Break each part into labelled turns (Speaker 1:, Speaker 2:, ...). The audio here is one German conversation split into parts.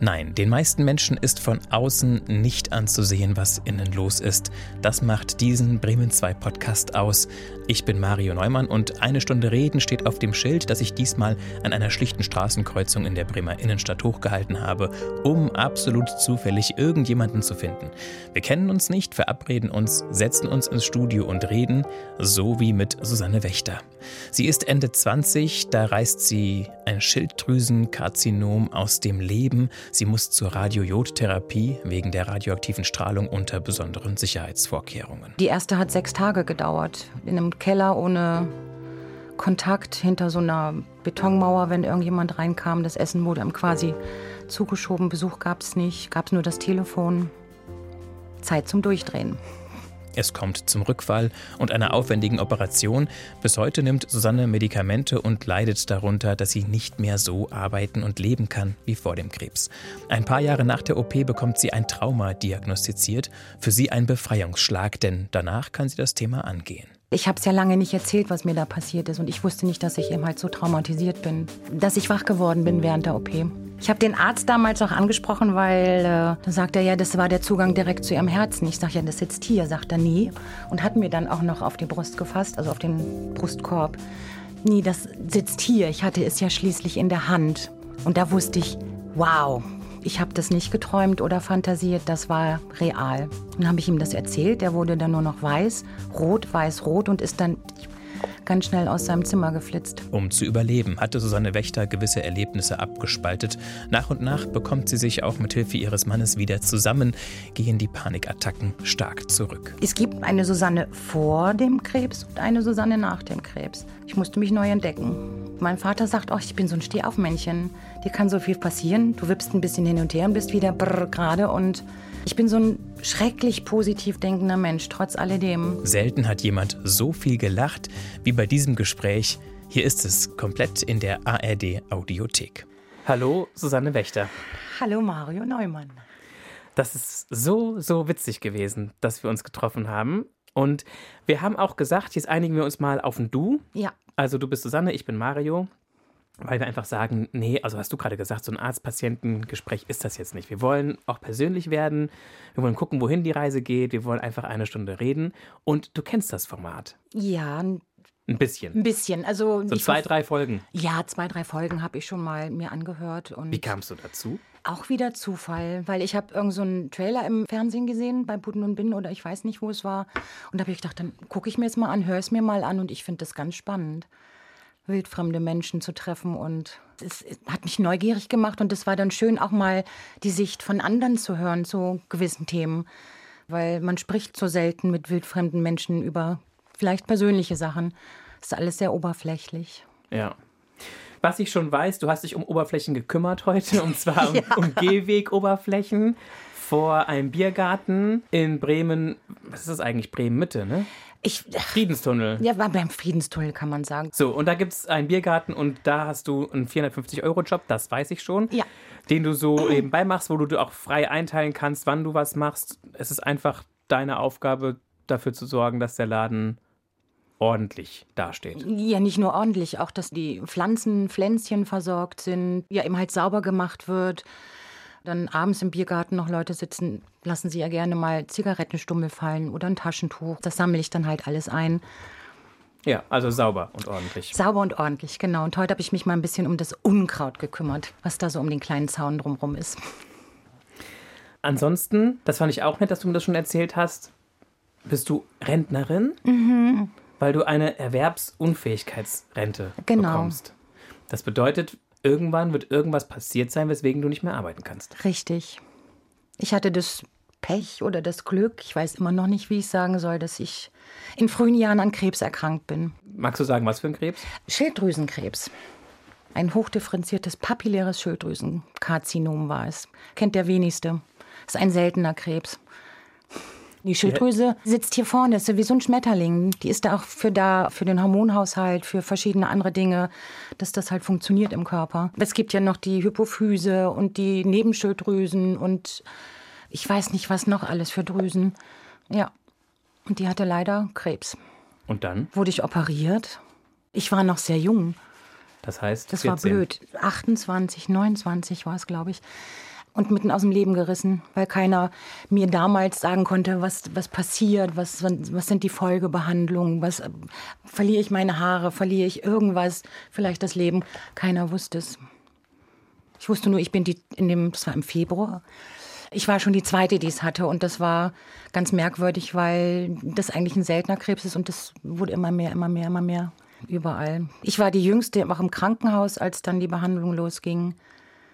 Speaker 1: Nein, den meisten Menschen ist von außen nicht anzusehen, was innen los ist. Das macht diesen Bremen 2 Podcast aus. Ich bin Mario Neumann und eine Stunde Reden steht auf dem Schild, das ich diesmal an einer schlichten Straßenkreuzung in der Bremer Innenstadt hochgehalten habe, um absolut zufällig irgendjemanden zu finden. Wir kennen uns nicht, verabreden uns, setzen uns ins Studio und reden, so wie mit Susanne Wächter. Sie ist Ende 20, da reißt sie ein Schilddrüsenkarzinom aus dem Leben. Sie muss zur Radiojodtherapie wegen der radioaktiven Strahlung unter besonderen Sicherheitsvorkehrungen.
Speaker 2: Die erste hat sechs Tage gedauert. In einem Keller ohne Kontakt, hinter so einer Betonmauer, wenn irgendjemand reinkam. Das Essen wurde ihm quasi zugeschoben. Besuch gab es nicht, gab es nur das Telefon. Zeit zum Durchdrehen.
Speaker 1: Es kommt zum Rückfall und einer aufwendigen Operation. Bis heute nimmt Susanne Medikamente und leidet darunter, dass sie nicht mehr so arbeiten und leben kann wie vor dem Krebs. Ein paar Jahre nach der OP bekommt sie ein Trauma diagnostiziert, für sie ein Befreiungsschlag, denn danach kann sie das Thema angehen.
Speaker 2: Ich habe es ja lange nicht erzählt, was mir da passiert ist und ich wusste nicht, dass ich eben halt so traumatisiert bin, dass ich wach geworden bin während der OP. Ich habe den Arzt damals auch angesprochen, weil äh, da sagt er ja, das war der Zugang direkt zu ihrem Herzen. Ich sage ja, das sitzt hier, sagt er nie und hat mir dann auch noch auf die Brust gefasst, also auf den Brustkorb. Nie, das sitzt hier. Ich hatte es ja schließlich in der Hand und da wusste ich, wow. Ich habe das nicht geträumt oder fantasiert, das war real. Dann habe ich ihm das erzählt, er wurde dann nur noch weiß, rot, weiß, rot und ist dann ganz schnell aus seinem Zimmer geflitzt.
Speaker 1: Um zu überleben, hatte Susanne Wächter gewisse Erlebnisse abgespaltet. Nach und nach bekommt sie sich auch mit Hilfe ihres Mannes wieder zusammen, gehen die Panikattacken stark zurück.
Speaker 2: Es gibt eine Susanne vor dem Krebs und eine Susanne nach dem Krebs. Ich musste mich neu entdecken. Mein Vater sagt auch, ich bin so ein Stehaufmännchen. Dir kann so viel passieren. Du wippst ein bisschen hin und her und bist wieder brr gerade und ich bin so ein schrecklich positiv denkender Mensch, trotz alledem.
Speaker 1: Selten hat jemand so viel gelacht wie bei diesem Gespräch. Hier ist es komplett in der ARD Audiothek.
Speaker 3: Hallo, Susanne Wächter.
Speaker 2: Hallo, Mario Neumann.
Speaker 3: Das ist so, so witzig gewesen, dass wir uns getroffen haben. Und wir haben auch gesagt, jetzt einigen wir uns mal auf ein Du.
Speaker 2: Ja.
Speaker 3: Also du bist Susanne, ich bin Mario weil wir einfach sagen, nee, also hast du gerade gesagt, so ein Arzt-Patienten-Gespräch ist das jetzt nicht. Wir wollen auch persönlich werden, wir wollen gucken, wohin die Reise geht, wir wollen einfach eine Stunde reden und du kennst das Format.
Speaker 2: Ja, ein
Speaker 3: Ein bisschen.
Speaker 2: bisschen. Also
Speaker 3: So
Speaker 2: ich
Speaker 3: zwei,
Speaker 2: verf-
Speaker 3: drei Folgen.
Speaker 2: Ja, zwei, drei Folgen habe ich schon mal mir angehört und
Speaker 3: Wie kamst du dazu?
Speaker 2: auch wieder Zufall, weil ich habe irgendeinen so einen Trailer im Fernsehen gesehen bei Putten und Binnen oder ich weiß nicht, wo es war und da habe ich gedacht, dann gucke ich mir es mal an, höre es mir mal an und ich finde das ganz spannend, wildfremde Menschen zu treffen und es hat mich neugierig gemacht und es war dann schön auch mal die Sicht von anderen zu hören zu gewissen Themen, weil man spricht so selten mit wildfremden Menschen über vielleicht persönliche Sachen. Das ist alles sehr oberflächlich.
Speaker 3: Ja. Was ich schon weiß, du hast dich um Oberflächen gekümmert heute, und zwar um, um Gehwegoberflächen vor einem Biergarten in Bremen. Was ist das eigentlich? Bremen-Mitte, ne?
Speaker 2: Ich
Speaker 3: Friedenstunnel.
Speaker 2: ja, war beim Friedenstunnel kann man sagen.
Speaker 3: So, und da gibt es einen Biergarten und da hast du einen 450-Euro-Job, das weiß ich schon.
Speaker 2: Ja.
Speaker 3: Den du so nebenbei machst, wo du auch frei einteilen kannst, wann du was machst. Es ist einfach deine Aufgabe, dafür zu sorgen, dass der Laden ordentlich dasteht.
Speaker 2: Ja, nicht nur ordentlich, auch dass die Pflanzen, Pflänzchen versorgt sind, ja eben halt sauber gemacht wird. Dann abends im Biergarten noch Leute sitzen, lassen sie ja gerne mal Zigarettenstummel fallen oder ein Taschentuch. Das sammle ich dann halt alles ein.
Speaker 3: Ja, also sauber und ordentlich.
Speaker 2: Sauber und ordentlich, genau. Und heute habe ich mich mal ein bisschen um das Unkraut gekümmert, was da so um den kleinen Zaun drumrum ist.
Speaker 3: Ansonsten, das fand ich auch nett, dass du mir das schon erzählt hast, bist du Rentnerin, weil du eine Erwerbsunfähigkeitsrente
Speaker 2: Genau.
Speaker 3: bekommst. Das bedeutet, irgendwann wird irgendwas passiert sein, weswegen du nicht mehr arbeiten kannst.
Speaker 2: Richtig. Ich hatte das Pech oder das Glück, ich weiß immer noch nicht, wie ich sagen soll, dass ich in frühen Jahren an Krebs erkrankt bin.
Speaker 3: Magst du sagen, was für ein Krebs?
Speaker 2: Schilddrüsenkrebs. Ein hochdifferenziertes papilläres Schilddrüsenkarzinom war es. Kennt der wenigste. Ist ein seltener Krebs. Die Schilddrüse sitzt hier vorne, ist so wie so ein Schmetterling. Die ist da auch für da, für den Hormonhaushalt, für verschiedene andere Dinge, dass das halt funktioniert im Körper. Es gibt ja noch die Hypophyse und die Nebenschilddrüsen und ich weiß nicht, was noch alles für Drüsen. Ja. Und die hatte leider Krebs.
Speaker 3: Und dann?
Speaker 2: Wurde ich operiert? Ich war noch sehr jung.
Speaker 3: Das heißt,
Speaker 2: Das
Speaker 3: 14.
Speaker 2: war blöd. 28, 29 war es, glaube ich. und mitten aus dem Leben gerissen, weil keiner mir damals sagen konnte, was, was passiert, was, was sind die Folgebehandlungen, was äh, verliere ich meine Haare, verliere ich irgendwas, vielleicht das Leben. Keiner wusste es. Ich wusste nur, ich bin die in dem, das war im Februar. Ich war schon die zweite, die es hatte und das war ganz merkwürdig, weil das eigentlich ein seltener Krebs ist und das wurde immer mehr, immer mehr, immer mehr überall. Ich war die jüngste auch im Krankenhaus, als dann die Behandlung losging.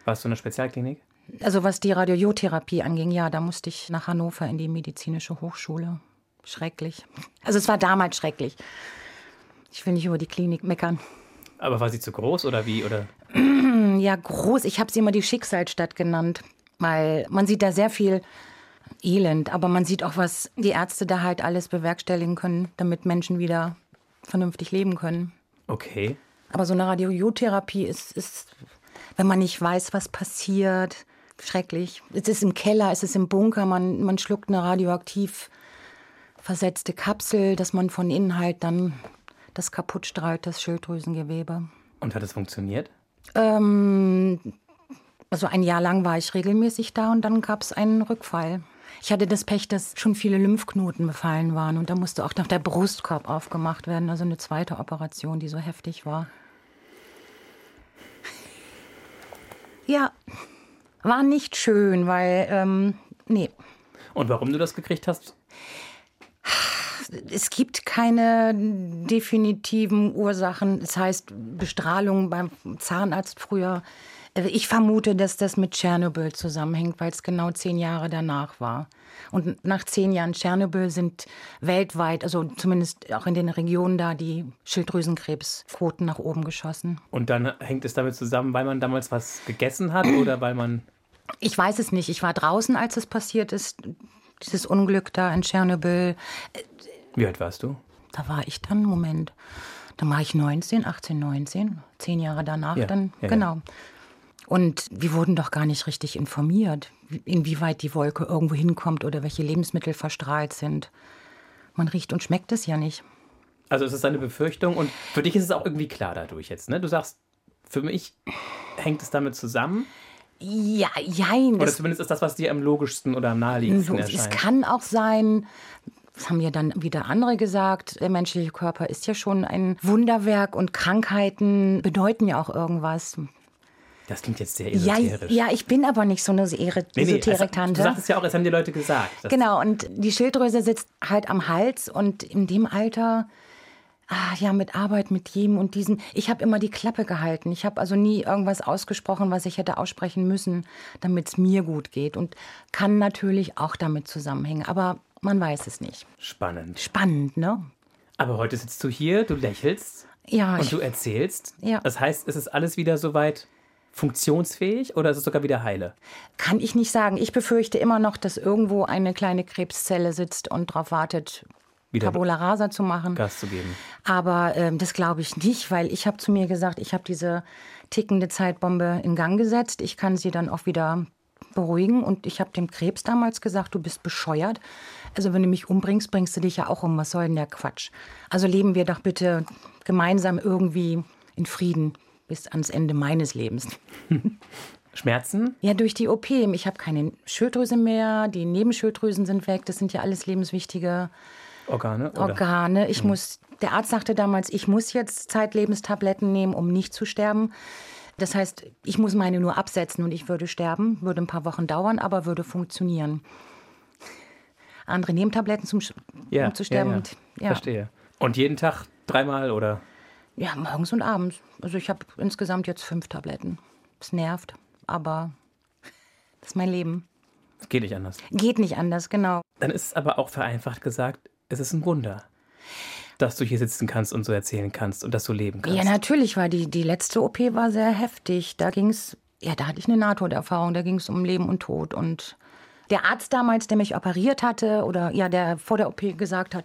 Speaker 3: Warst du in der Spezialklinik?
Speaker 2: Also was die Radiotherapie anging, ja, da musste ich nach Hannover in die medizinische Hochschule. Schrecklich. Also es war damals schrecklich. Ich will nicht über die Klinik meckern.
Speaker 3: Aber war sie zu groß oder wie? Oder?
Speaker 2: Ja, groß. Ich habe sie immer die Schicksalsstadt genannt, weil man sieht da sehr viel Elend, aber man sieht auch, was die Ärzte da halt alles bewerkstelligen können, damit Menschen wieder vernünftig leben können.
Speaker 3: Okay.
Speaker 2: Aber so eine Radiotherapie ist, ist wenn man nicht weiß, was passiert, schrecklich. Es ist im Keller, es ist im Bunker, man, man schluckt eine radioaktiv versetzte Kapsel, dass man von innen halt dann das kaputt strahlt, das Schilddrüsengewebe.
Speaker 3: Und hat es funktioniert?
Speaker 2: Ähm, also ein Jahr lang war ich regelmäßig da und dann gab es einen Rückfall. Ich hatte das Pech, dass schon viele Lymphknoten befallen waren und da musste auch noch der Brustkorb aufgemacht werden, also eine zweite Operation, die so heftig war. Ja, war nicht schön, weil, ähm, nee,
Speaker 3: Und warum du das gekriegt hast?
Speaker 2: es gibt keine definitiven Ursachen. Das heißt, Bestrahlung beim Zahnarzt früher. Äh, Ich vermute, dass das mit Tschernobyl zusammenhängt, weil es genau zehn Jahre danach war. Und nach zehn Jahren Tschernobyl sind weltweit, also zumindest auch in den Regionen da, die Schilddrüsenkrebsquoten nach oben geschossen.
Speaker 3: Und dann hängt es damit zusammen, weil man damals was gegessen hat oder weil man.
Speaker 2: Ich weiß es nicht. Ich war draußen, als es passiert ist. Dieses Unglück da in Tschernobyl.
Speaker 3: Wie alt warst du?
Speaker 2: Da war ich dann, Moment, da war ich 19, 18, 19, zehn Jahre danach
Speaker 3: Ja,
Speaker 2: dann,
Speaker 3: ja, ja.
Speaker 2: genau. Und wir wurden doch gar nicht richtig informiert, wie- inwieweit die Wolke irgendwo hinkommt oder welche Lebensmittel verstrahlt sind. Man riecht und schmeckt es ja nicht.
Speaker 3: Also es ist eine Befürchtung und für dich ist es auch irgendwie klar dadurch jetzt, ne? Du sagst, für mich hängt es damit zusammen.
Speaker 2: Ja, jein.
Speaker 3: Oder
Speaker 2: das-
Speaker 3: zumindest ist das, was dir am logischsten oder am naheliegendsten
Speaker 2: So, Es
Speaker 3: erscheint.
Speaker 2: kann auch sein, das haben ja dann wieder andere gesagt, der menschliche Körper ist ja schon ein Wunderwerk und Krankheiten bedeuten ja auch irgendwas.
Speaker 3: Das klingt jetzt sehr
Speaker 2: Ja,
Speaker 3: esoterisch.
Speaker 2: ja, ich bin aber nicht so eine Esoterik-
Speaker 3: also, du
Speaker 2: Esoterik-Tante.
Speaker 3: sagst es ja auch, es haben die Leute gesagt. Das-
Speaker 2: Genau, und die Schilddrüse sitzt halt am Hals und in dem Alter, ah, ja, mit Arbeit, mit jedem und diesem. Ich habe immer die Klappe gehalten. Ich habe also nie irgendwas ausgesprochen, was ich hätte aussprechen müssen, damit es mir gut geht. Und kann natürlich auch damit zusammenhängen, aber man weiß es nicht.
Speaker 3: Spannend.
Speaker 2: Spannend, ne?
Speaker 3: Aber heute sitzt du hier, du lächelst
Speaker 2: Ja,
Speaker 3: und
Speaker 2: ich,
Speaker 3: du erzählst.
Speaker 2: Ja.
Speaker 3: Das heißt, ist es alles wieder soweit funktionsfähig oder ist es sogar wieder heile?
Speaker 2: kann ich nicht sagen. Ich befürchte immer noch, dass irgendwo eine kleine Krebszelle sitzt und darauf wartet,
Speaker 3: Wieder
Speaker 2: Tabula rasa zu machen.
Speaker 3: Gas zu geben.
Speaker 2: Aber ähm, das glaube ich nicht, weil ich habe zu mir gesagt, ich habe diese tickende Zeitbombe in Gang gesetzt. Ich kann sie dann auch wieder beruhigen. Und ich habe dem Krebs damals gesagt, du bist bescheuert. Also wenn du mich umbringst, bringst du dich ja auch um. Was soll denn der Quatsch? Also leben wir doch bitte gemeinsam irgendwie in Frieden bis ans Ende meines Lebens.
Speaker 3: Schmerzen?
Speaker 2: Ja, durch die OP. Ich habe keine Schilddrüse mehr, die Nebenschilddrüsen sind weg. Das sind ja alles lebenswichtige
Speaker 3: Organe? Oder? Mhm.
Speaker 2: Organe. Ich muss, der Arzt sagte damals, ich muss jetzt Zeitlebenstabletten nehmen, um nicht zu sterben. Das heißt, ich muss meine nur absetzen und ich würde sterben. Würde ein paar Wochen dauern, aber würde funktionieren. Andere nehmen Tabletten, zum, Sch- um zu sterben.
Speaker 3: Ja,
Speaker 2: Und,
Speaker 3: ja. Verstehe. Und jeden Tag dreimal oder?
Speaker 2: ja, morgens und abends. Also ich habe insgesamt jetzt fünf Tabletten. Es nervt, aber das ist mein Leben.
Speaker 3: Geht nicht anders.
Speaker 2: Geht nicht anders, genau.
Speaker 3: Dann ist es aber auch vereinfacht gesagt, es ist ein Wunder, dass du hier sitzen kannst und so erzählen kannst und dass du leben kannst.
Speaker 2: Ja, natürlich, weil die, die letzte OP war sehr heftig. Da ging's, ja, da hatte ich eine Nahtoderfahrung, da ging es um Leben und Tod. Und der Arzt damals, der mich operiert hatte, oder ja, der vor der OP gesagt hat,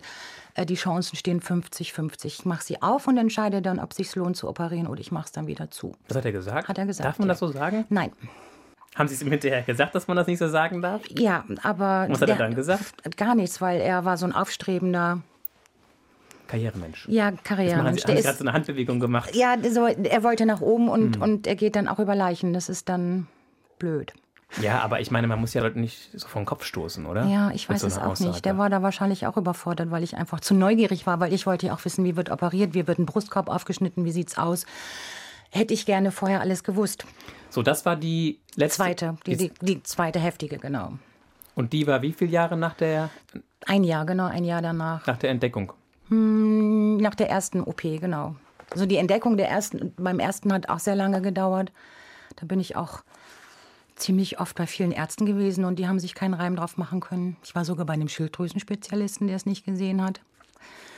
Speaker 2: äh, die Chancen stehen 50-50. Ich mache sie auf und entscheide dann, ob sich's lohnt zu operieren oder ich mache es dann wieder zu.
Speaker 3: das hat er gesagt?
Speaker 2: Hat er gesagt,
Speaker 3: Darf man
Speaker 2: ja.
Speaker 3: das so sagen?
Speaker 2: Nein,
Speaker 3: Haben sie es ihm hinterher gesagt, dass man das nicht so sagen darf?
Speaker 2: ja, aber.
Speaker 3: Was hat er
Speaker 2: der-
Speaker 3: dann gesagt?
Speaker 2: Gar nichts, weil er war so ein aufstrebender,
Speaker 3: Karrieremensch.
Speaker 2: ja,
Speaker 3: Haben sie
Speaker 2: Karrieremensch.
Speaker 3: haben
Speaker 2: Der
Speaker 3: sie gerade so
Speaker 2: ist,
Speaker 3: eine Handbewegung gemacht. Hm.
Speaker 2: ja, so, er wollte nach oben und, und er geht dann auch über Leichen. Das ist dann blöd.
Speaker 3: Ja, aber ich meine, man muss ja Leute nicht so vor den Kopf stoßen, oder?
Speaker 2: Ja, ich
Speaker 3: Mit
Speaker 2: weiß
Speaker 3: so
Speaker 2: es
Speaker 3: einer
Speaker 2: auch
Speaker 3: Aussage.
Speaker 2: nicht. Der war da wahrscheinlich auch überfordert, weil ich einfach zu neugierig war, weil ich wollte ja auch wissen, wie wird operiert, wie wird ein Brustkorb aufgeschnitten, wie sieht's aus. Hätte ich gerne vorher alles gewusst.
Speaker 3: so, das war die letzte.
Speaker 2: Zweite, die, die, die zweite heftige, genau.
Speaker 3: Und die war wie viele Jahre nach der,
Speaker 2: Ein Jahr, genau, ein Jahr danach.
Speaker 3: nach der Entdeckung?
Speaker 2: Nach der ersten OP, genau. Also die Entdeckung der ersten, beim ersten hat auch sehr lange gedauert. Da bin ich auch ziemlich oft bei vielen Ärzten gewesen und die haben sich keinen Reim drauf machen können. Ich war sogar bei einem Schilddrüsenspezialisten, der es nicht gesehen hat.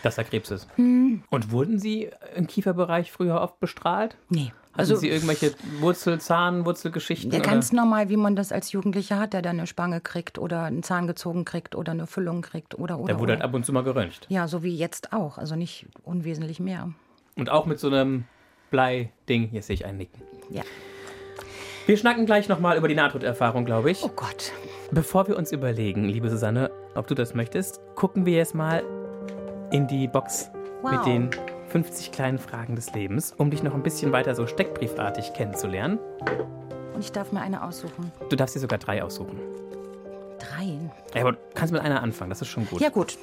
Speaker 3: Dass da Krebs ist.
Speaker 2: Hm.
Speaker 3: Und wurden Sie im Kieferbereich früher oft bestrahlt?
Speaker 2: Nee.
Speaker 3: Hatten Sie irgendwelche Wurzel, Zahn, Wurzelgeschichten?
Speaker 2: Also Ja,
Speaker 3: oder?
Speaker 2: ganz normal, wie man das als Jugendlicher hat, der dann eine Spange kriegt oder einen Zahn gezogen kriegt oder eine Füllung kriegt oder oder.
Speaker 3: da wurde halt
Speaker 2: oder.
Speaker 3: ab und zu mal geröntgt.
Speaker 2: genau. ja, so wie jetzt auch, also nicht unwesentlich mehr.
Speaker 3: Und auch mit so einem Blei-Ding. Jetzt sehe ich einen Nicken.
Speaker 2: Ja.
Speaker 3: Wir schnacken gleich nochmal über die Nahtoderfahrung, glaube ich.
Speaker 2: Oh Gott.
Speaker 3: Bevor wir uns überlegen, liebe Susanne, ob du das möchtest, gucken wir jetzt mal in die Box
Speaker 2: Wow.
Speaker 3: mit den 50 kleinen Fragen des Lebens, um dich noch ein bisschen weiter so steckbriefartig kennenzulernen.
Speaker 2: Und ich darf mir eine aussuchen.
Speaker 3: Du darfst dir sogar drei aussuchen.
Speaker 2: Drei.
Speaker 3: Ja, aber du kannst mit einer anfangen, das ist schon gut.
Speaker 2: Ja gut.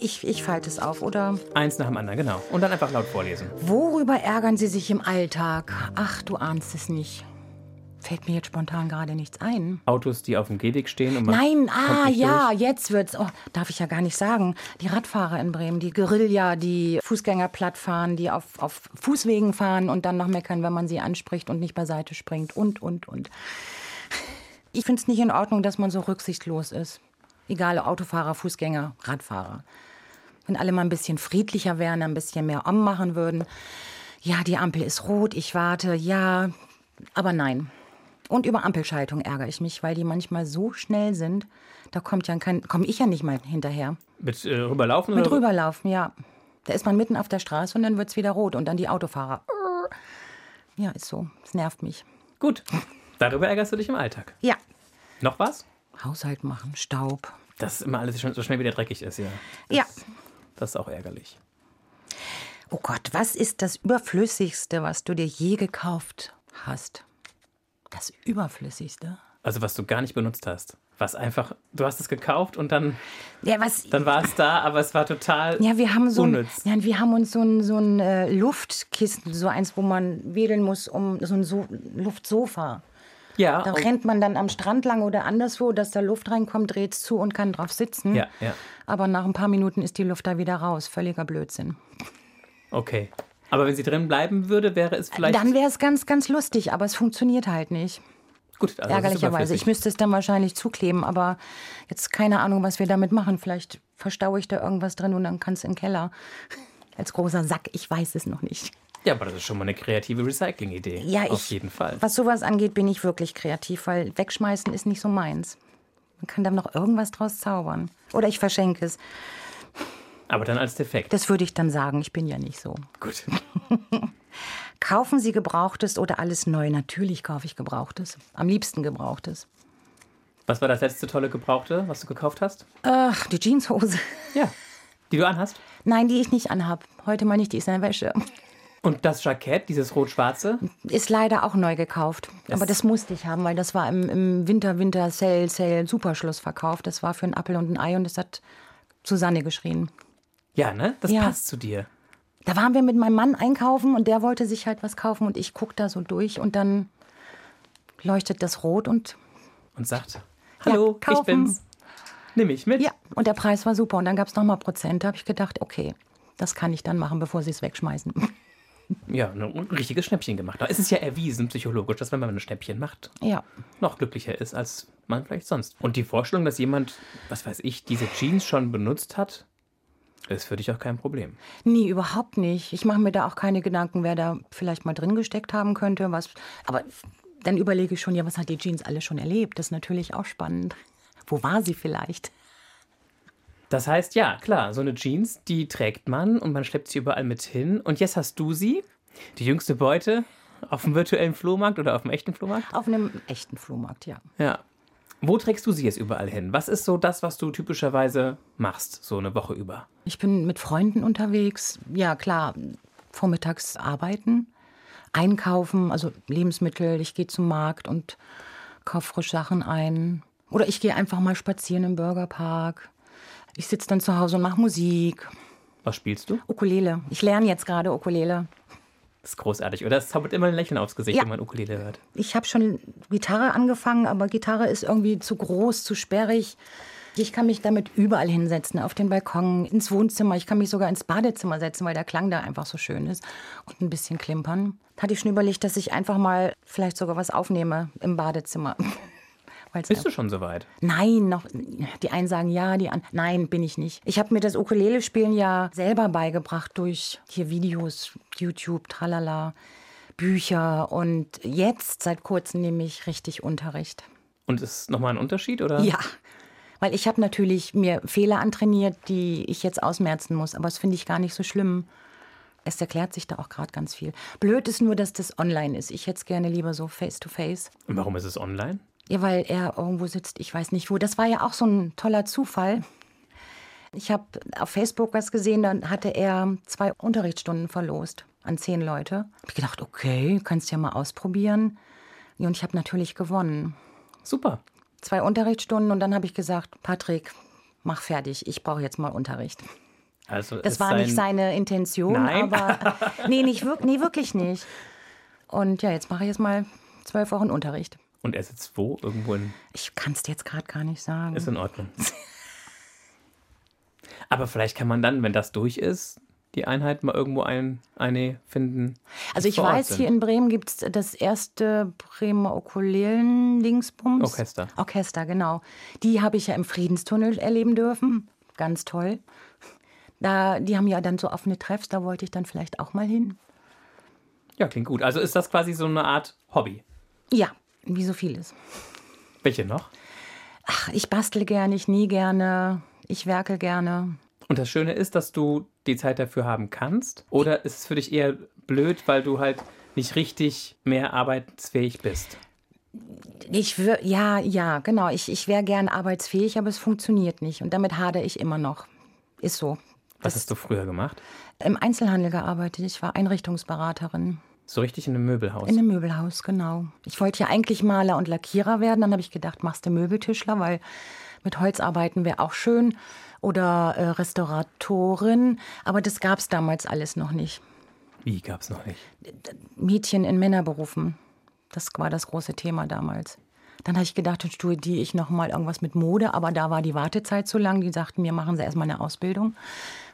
Speaker 2: Ich, ich falte es auf, oder?
Speaker 3: Eins nach dem anderen, genau. Und dann einfach laut vorlesen.
Speaker 2: Worüber ärgern Sie sich im Alltag? Ach, du ahnst es nicht. Fällt mir jetzt spontan gerade nichts ein.
Speaker 3: Autos, die auf dem Gehweg stehen und man
Speaker 2: Nein,
Speaker 3: kommt
Speaker 2: ah
Speaker 3: nicht
Speaker 2: ja,
Speaker 3: durch.
Speaker 2: jetzt wird's. Oh, darf ich ja gar nicht sagen. Die Radfahrer in Bremen, die Guerilla, die Fußgänger platt fahren, die auf, auf Fußwegen fahren und dann noch meckern, wenn man sie anspricht und nicht beiseite springt und, und, und. Ich finde es nicht in Ordnung, dass man so rücksichtslos ist. Egal, ob Autofahrer, Fußgänger, Radfahrer. Wenn alle mal ein bisschen friedlicher wären, ein bisschen mehr ummachen würden. Ja, die Ampel ist rot, ich warte, ja, aber nein. Und über Ampelschaltung ärgere ich mich, weil die manchmal so schnell sind, da kommt ja kein, komme ich ja nicht mal hinterher.
Speaker 3: Mit äh, rüberlaufen
Speaker 2: Mit
Speaker 3: oder?
Speaker 2: rüberlaufen, ja. Da ist man mitten auf der Straße und dann wird es wieder rot und dann die Autofahrer. Ja, ist so. Es nervt mich.
Speaker 3: Gut. Darüber ärgerst du dich im Alltag.
Speaker 2: Ja.
Speaker 3: Noch was?
Speaker 2: Haushalt machen, Staub.
Speaker 3: Dass immer alles schon so schnell wieder dreckig ist, ja.
Speaker 2: Ja.
Speaker 3: Das ist auch ärgerlich.
Speaker 2: Oh Gott, was ist das Überflüssigste, was du dir je gekauft hast? Das Überflüssigste?
Speaker 3: Also was du gar nicht benutzt hast. Was einfach, du hast es gekauft und dann,
Speaker 2: Ja, was.
Speaker 3: dann war es da, aber es war total
Speaker 2: Ja, wir haben so ein,
Speaker 3: unnütz.
Speaker 2: ja, wir haben uns so ein, so ein äh, Luftkissen, so eins, wo man wedeln muss, um so ein so Luftsofa.
Speaker 3: Ja, oh,
Speaker 2: Da
Speaker 3: und-
Speaker 2: rennt man dann am Strand lang oder anderswo, dass da Luft reinkommt, dreht's zu und kann drauf sitzen.
Speaker 3: ja, ja.
Speaker 2: Aber nach ein paar Minuten ist die Luft da wieder raus. Völliger Blödsinn.
Speaker 3: Okay. Aber wenn sie drin bleiben würde, wäre es vielleicht
Speaker 2: Dann wäre es ganz, ganz lustig, aber es funktioniert halt nicht.
Speaker 3: gut. Also es ist
Speaker 2: ärgerlicherweise.
Speaker 3: überflüssig.
Speaker 2: Ich müsste es dann wahrscheinlich zukleben, aber jetzt keine Ahnung, was wir damit machen. Vielleicht verstaue ich da irgendwas drin und dann kann es in den Keller. Als großer Sack, ich weiß es noch nicht.
Speaker 3: ja, aber das ist schon mal eine kreative Recycling-Idee.
Speaker 2: Ja, ich,
Speaker 3: auf jeden Fall.
Speaker 2: Was sowas angeht, bin ich wirklich kreativ, weil wegschmeißen ist nicht so meins. Man kann da noch irgendwas draus zaubern. Oder ich verschenke es.
Speaker 3: Aber dann als Defekt.
Speaker 2: Das würde ich dann sagen, ich bin ja nicht so.
Speaker 3: gut.
Speaker 2: Kaufen Sie Gebrauchtes oder alles neu? Natürlich kaufe ich Gebrauchtes. Am liebsten Gebrauchtes.
Speaker 3: Was war das letzte tolle Gebrauchte, was du gekauft hast?
Speaker 2: Ach, die Jeanshose.
Speaker 3: Ja. Die du anhast?
Speaker 2: Nein, die ich nicht anhab. Heute mal nicht, die ist in der Wäsche.
Speaker 3: Und das Jackett, dieses rot-schwarze?
Speaker 2: Ist leider auch neu gekauft. Aber das musste ich haben, weil das war im, im Winter, Winter, Sale, Sale, Superschlussverkauf. Das war für einen Appel und ein Ei und es hat Susanne geschrien.
Speaker 3: Ja, ne? Das
Speaker 2: Ja.
Speaker 3: passt zu dir.
Speaker 2: Da waren wir mit meinem Mann einkaufen und der wollte sich halt was kaufen und ich guck da so durch und dann leuchtet das rot und
Speaker 3: Und sagt: Hallo, ich
Speaker 2: kaufen.
Speaker 3: bin's. Nimm mich mit.
Speaker 2: ja, und der Preis war super. Und dann gab es nochmal Prozent. Da habe ich gedacht, okay, das kann ich dann machen, bevor sie es wegschmeißen.
Speaker 3: Ja, ne, ein richtiges Schnäppchen gemacht. Aber es ist ja erwiesen psychologisch, dass wenn man ein Schnäppchen macht,
Speaker 2: ja.
Speaker 3: noch glücklicher ist, als man vielleicht sonst. Und die Vorstellung, dass jemand, was weiß ich, diese Jeans schon benutzt hat, ist für dich auch kein Problem.
Speaker 2: Nee, überhaupt nicht. Ich mache mir da auch keine Gedanken, wer da vielleicht mal drin gesteckt haben könnte. Was, aber dann überlege ich schon, ja, was hat die Jeans alle schon erlebt? Das ist natürlich auch spannend. Wo war sie vielleicht?
Speaker 3: Das heißt, ja, klar, so eine Jeans, die trägt man und man schleppt sie überall mit hin. Und jetzt hast du sie, die jüngste Beute, auf dem virtuellen Flohmarkt oder auf dem echten Flohmarkt.
Speaker 2: Auf einem echten Flohmarkt, ja.
Speaker 3: Ja. Wo trägst du sie jetzt überall hin? Was ist so das, was du typischerweise machst, so eine Woche über?
Speaker 2: Ich bin mit Freunden unterwegs. Ja, klar, vormittags arbeiten, einkaufen, also Lebensmittel. Ich gehe zum Markt und kaufe frisch Sachen ein. Oder ich gehe einfach mal spazieren im Burgerpark. Ich sitze dann zu Hause und mache Musik.
Speaker 3: Was spielst du?
Speaker 2: Ukulele. Ich lerne jetzt gerade Ukulele.
Speaker 3: Das ist großartig, oder? Es zaubert immer ein Lächeln aufs Gesicht,
Speaker 2: Ja.
Speaker 3: wenn man Ukulele hört.
Speaker 2: Ich habe schon Gitarre angefangen, aber Gitarre ist irgendwie zu groß, zu sperrig. Ich kann mich damit überall hinsetzen, auf den Balkon, ins Wohnzimmer. Ich kann mich sogar ins Badezimmer setzen, weil der Klang da einfach so schön ist. Und ein bisschen klimpern. Hatte ich schon überlegt, dass ich einfach mal vielleicht sogar was aufnehme im Badezimmer. Weil's
Speaker 3: Bist du schon soweit?
Speaker 2: Nein, noch. Die einen sagen ja, die anderen. Nein, bin ich nicht. Ich habe mir das Ukulele-Spielen ja selber beigebracht durch hier Videos, YouTube, tralala, Bücher. Und jetzt seit kurzem nehme ich richtig Unterricht.
Speaker 3: Und ist nochmal ein Unterschied, oder?
Speaker 2: Ja. Weil ich habe natürlich mir Fehler antrainiert, die ich jetzt ausmerzen muss. Aber das finde ich gar nicht so schlimm. Es erklärt sich da auch gerade ganz viel. Blöd ist nur, dass das online ist. Ich hätte es gerne lieber so face-to-face.
Speaker 3: Und warum ist es online?
Speaker 2: Ja, weil er irgendwo sitzt, ich weiß nicht wo. Das war ja auch so ein toller Zufall. Ich habe auf Facebook was gesehen, dann hatte er zwei Unterrichtsstunden verlost an zehn Leute. Hab ich gedacht, okay, kannst ja mal ausprobieren. Ja, Und ich habe natürlich gewonnen.
Speaker 3: Super.
Speaker 2: Zwei Unterrichtsstunden und dann habe ich gesagt, Patrick, mach fertig, ich brauche jetzt mal Unterricht.
Speaker 3: Also
Speaker 2: Das
Speaker 3: ist
Speaker 2: war nicht seine Intention,
Speaker 3: Nein.
Speaker 2: aber nee, nicht wirk nee, wirklich nicht. Und ja, jetzt mache ich jetzt mal zwölf Wochen Unterricht.
Speaker 3: Und er sitzt wo? Irgendwo in.
Speaker 2: Ich kann es dir jetzt gerade gar nicht sagen.
Speaker 3: Ist in Ordnung. Aber vielleicht kann man dann, wenn das durch ist, die Einheit mal irgendwo ein, eine finden. die
Speaker 2: Also ich
Speaker 3: vor Ort
Speaker 2: weiß,
Speaker 3: sind.
Speaker 2: hier in Bremen gibt es das erste Bremer Ukulelen-Dingsbums.
Speaker 3: Orchester.
Speaker 2: Orchester, genau. Die habe ich ja im Friedenstunnel erleben dürfen. Ganz toll. Da, die haben ja dann so offene Treffs, da wollte ich dann vielleicht auch mal hin.
Speaker 3: Ja, klingt gut. Also ist das quasi so eine Art Hobby.
Speaker 2: Ja, wie so vieles.
Speaker 3: Welche noch?
Speaker 2: Ach, ich bastel gerne, ich nie gerne, ich werkel gerne.
Speaker 3: Und das Schöne ist, dass du die Zeit dafür haben kannst. Oder ist es für dich eher blöd, weil du halt nicht richtig mehr arbeitsfähig bist?
Speaker 2: Ich wür ja, ja, genau. Ich, ich wäre gern arbeitsfähig, aber es funktioniert nicht. Und damit hadere ich immer noch. Ist so.
Speaker 3: Was hast du früher gemacht?
Speaker 2: Im Einzelhandel gearbeitet. Ich war Einrichtungsberaterin.
Speaker 3: So richtig in einem Möbelhaus.
Speaker 2: In einem Möbelhaus, genau. Ich wollte ja eigentlich Maler und Lackierer werden. Dann habe ich gedacht, machst du Möbeltischler, weil mit Holz arbeiten wäre auch schön. Oder äh, Restauratorin. Aber das gab es damals alles noch nicht.
Speaker 3: Wie gab es noch nicht?
Speaker 2: Mädchen in Männerberufen. Das war das große Thema damals. Dann habe ich gedacht, dann studiere ich nochmal irgendwas mit Mode. Aber da war die Wartezeit zu lang. Die sagten mir, machen Sie erstmal eine Ausbildung.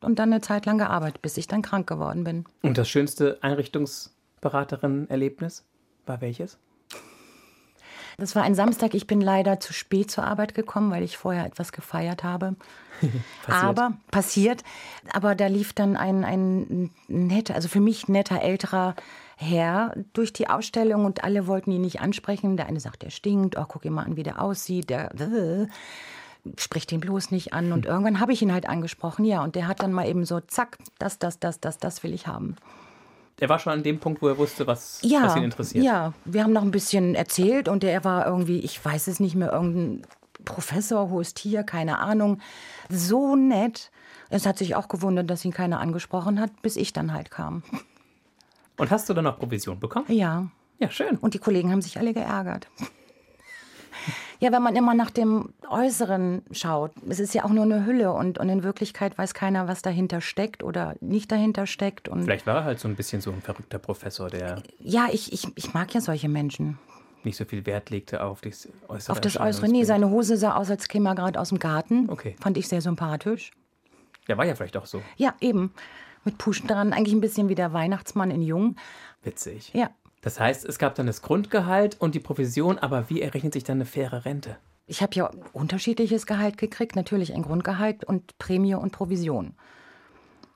Speaker 2: Und dann eine Zeit lang gearbeitet, bis ich dann krank geworden bin.
Speaker 3: Und das schönste Einrichtungsberaterin-Erlebnis war welches?
Speaker 2: Das war ein Samstag. Ich bin leider zu spät zur Arbeit gekommen, weil ich vorher etwas gefeiert habe. Aber passiert. Aber da lief dann ein, ein netter, also für mich netter älterer Herr durch die Ausstellung und alle wollten ihn nicht ansprechen. Der eine sagt, er stinkt. Oh, guck ihm mal an, wie der aussieht. Der äh, spricht ihn bloß nicht an. Und irgendwann habe ich ihn halt angesprochen. Ja, und der hat dann mal eben so, zack, das, das, das, das, das will ich haben.
Speaker 3: Er war schon an dem Punkt, wo er wusste, was,
Speaker 2: Ja,
Speaker 3: was ihn interessiert.
Speaker 2: ja, wir haben noch ein bisschen erzählt und er war irgendwie, ich weiß es nicht mehr, irgendein Professor, hohes Tier, keine Ahnung. So nett. Es hat sich auch gewundert, dass ihn keiner angesprochen hat, bis ich dann halt kam.
Speaker 3: Und hast du dann noch Provision bekommen?
Speaker 2: Ja,
Speaker 3: Ja, schön.
Speaker 2: und die Kollegen haben sich alle geärgert. Ja, wenn man immer nach dem Äußeren schaut, es ist ja auch nur eine Hülle und, und in Wirklichkeit weiß keiner, was dahinter steckt oder nicht dahinter steckt. Und
Speaker 3: Vielleicht war er halt so ein bisschen so ein verrückter Professor, der
Speaker 2: ja, ich, ich, ich mag ja solche Menschen.
Speaker 3: nicht so viel Wert legte auf das Äußere.
Speaker 2: Auf das Äußere. Nee,
Speaker 3: Erscheinungsbild.
Speaker 2: seine Hose sah aus, als käme er gerade aus dem Garten.
Speaker 3: Okay.
Speaker 2: Fand ich sehr sympathisch.
Speaker 3: Der war ja vielleicht auch so
Speaker 2: Ja, eben. Mit Puschen dran. Eigentlich ein bisschen wie der Weihnachtsmann in Jung.
Speaker 3: witzig.
Speaker 2: Ja.
Speaker 3: Das heißt, es gab dann das Grundgehalt und die Provision, aber wie errechnet sich dann eine faire Rente?
Speaker 2: Ich habe ja unterschiedliches Gehalt gekriegt. Natürlich ein Grundgehalt und Prämie und Provision.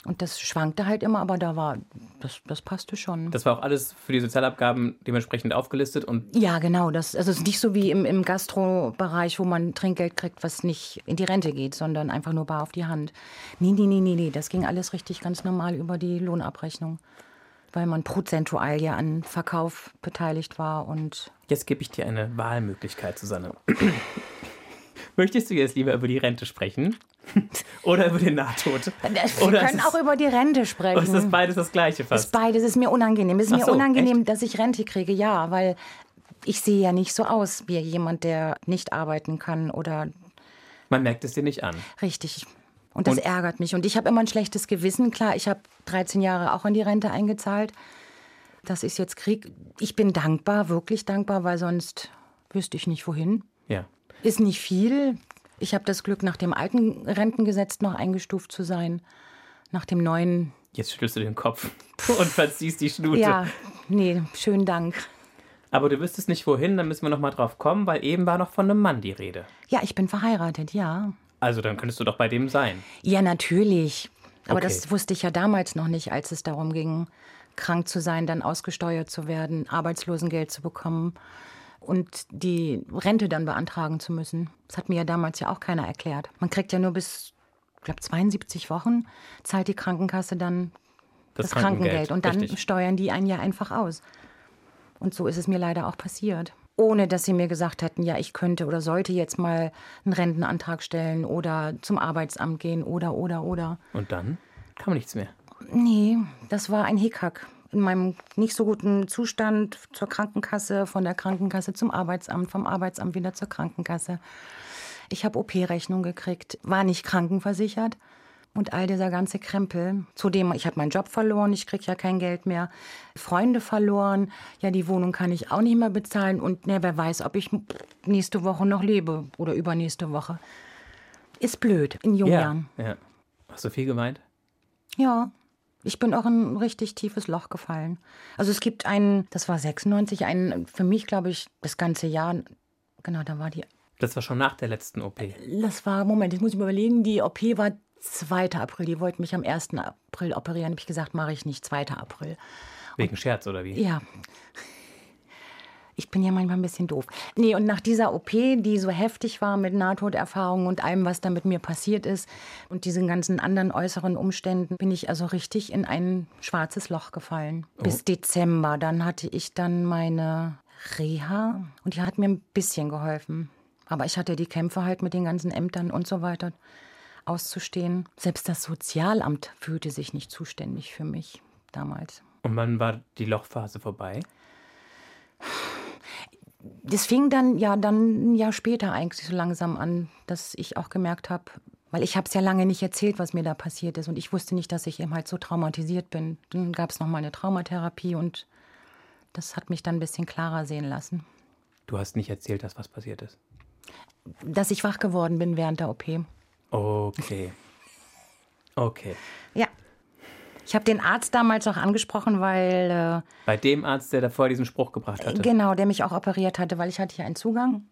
Speaker 2: Und das schwankte halt immer, aber da war, das, das passte schon.
Speaker 3: Das war auch alles für die Sozialabgaben dementsprechend aufgelistet und
Speaker 2: ja, genau. Das, also es ist nicht so wie im, im Gastrobereich, wo man Trinkgeld kriegt, was nicht in die Rente geht, sondern einfach nur bar auf die Hand. Nee, nee, nee, nee, nee. Das ging alles richtig ganz normal über die Lohnabrechnung, weil man prozentual ja an Verkauf beteiligt war und
Speaker 3: jetzt gebe ich dir eine Wahlmöglichkeit, Susanne. Möchtest du jetzt lieber über die Rente sprechen oder über den Nahtod?
Speaker 2: wir
Speaker 3: Oder
Speaker 2: können
Speaker 3: ist
Speaker 2: auch
Speaker 3: es-
Speaker 2: über die Rente sprechen.
Speaker 3: Oder ist das beides das gleiche fast?
Speaker 2: Beides ist mir unangenehm. Ist mir
Speaker 3: so,
Speaker 2: unangenehm, dass ich Rente kriege, ja, weil Ich sehe ja nicht so aus wie jemand, der nicht arbeiten kann oder
Speaker 3: Man merkt es dir nicht an.
Speaker 2: richtig. Und das
Speaker 3: Und-
Speaker 2: ärgert mich. Und ich habe immer ein schlechtes Gewissen. Klar, ich habe 13 Jahre auch in die Rente eingezahlt. Das ist jetzt Krieg. Ich bin dankbar, wirklich dankbar, weil sonst wüsste ich nicht wohin.
Speaker 3: Ja.
Speaker 2: Ist nicht viel. Ich habe das Glück, nach dem alten Rentengesetz noch eingestuft zu sein. Nach dem neuen.
Speaker 3: Jetzt schüttelst du den Kopf und verziehst die Schnute.
Speaker 2: Ja, nee, schönen Dank.
Speaker 3: Aber du wüsstest nicht wohin, dann müssen wir nochmal drauf kommen, weil eben war noch von einem Mann die Rede.
Speaker 2: Ja, ich bin verheiratet, ja.
Speaker 3: Also dann könntest du doch bei dem sein.
Speaker 2: Ja, natürlich. Aber
Speaker 3: Okay.
Speaker 2: das wusste ich ja damals noch nicht, als es darum ging, krank zu sein, dann ausgesteuert zu werden, Arbeitslosengeld zu bekommen und die Rente dann beantragen zu müssen. Das hat mir ja damals ja auch keiner erklärt. Man kriegt ja nur bis, ich glaube, 72 Wochen zahlt die Krankenkasse dann das, Krankengeld. Und dann
Speaker 3: Richtig.
Speaker 2: steuern die ein Jahr einfach aus. Und so ist es mir leider auch passiert. Ohne dass sie mir gesagt hätten, ja, ich könnte oder sollte jetzt mal einen Rentenantrag stellen oder zum Arbeitsamt gehen oder, oder, oder.
Speaker 3: Und dann kam nichts mehr.
Speaker 2: Nee, das war ein Hickhack. In meinem nicht so guten Zustand zur Krankenkasse, von der Krankenkasse zum Arbeitsamt, vom Arbeitsamt wieder zur Krankenkasse. Ich habe OP-Rechnung gekriegt, war nicht krankenversichert und all dieser ganze Krempel. Zudem, ich habe meinen Job verloren, ich kriege ja kein Geld mehr, Freunde verloren, ja, die Wohnung kann ich auch nicht mehr bezahlen und ne, wer weiß, ob ich nächste Woche noch lebe oder übernächste Woche. Ist blöd in jungen Jahren.
Speaker 3: ja. Hast du viel geweint?
Speaker 2: Ja, ich bin auch in ein richtig tiefes Loch gefallen. Also es gibt einen, das war 96, einen für mich, glaube ich, das ganze Jahr. Genau, da war die.
Speaker 3: Das war schon nach der letzten OP.
Speaker 2: Das war, Moment, jetzt muss ich mir überlegen, die OP war 2. April. Die wollten mich am 1. April operieren. Habe ich gesagt, mache ich nicht, 2. April.
Speaker 3: Wegen Scherz oder wie?
Speaker 2: Ja. Ich bin ja manchmal ein bisschen doof. Nee, und nach dieser OP, die so heftig war mit Nahtoderfahrungen und allem, was da mit mir passiert ist und diesen ganzen anderen äußeren Umständen, bin ich also richtig in ein schwarzes Loch gefallen. Bis Dezember. Dann hatte ich dann meine Reha und die hat mir ein bisschen geholfen. Aber ich hatte die Kämpfe halt mit den ganzen Ämtern und so weiter auszustehen. Selbst das Sozialamt fühlte sich nicht zuständig für mich damals.
Speaker 3: Und wann war die Lochphase vorbei?
Speaker 2: das fing dann ja dann ein Jahr später eigentlich so langsam an, dass ich auch gemerkt habe, weil ich habe es ja lange nicht erzählt, was mir da passiert ist und ich wusste nicht, dass ich eben halt so traumatisiert bin. Dann gab es noch mal eine Traumatherapie und das hat mich dann ein bisschen klarer sehen lassen,
Speaker 3: Du hast nicht erzählt, dass was passiert ist.
Speaker 2: dass ich wach geworden bin während der OP.
Speaker 3: Okay. Okay.
Speaker 2: Ja. Ich habe den Arzt damals auch angesprochen, weil
Speaker 3: Bei dem Arzt, der davor diesen Spruch gebracht
Speaker 2: äh,
Speaker 3: hatte.
Speaker 2: genau, der mich auch operiert hatte, weil ich hatte hier einen Zugang,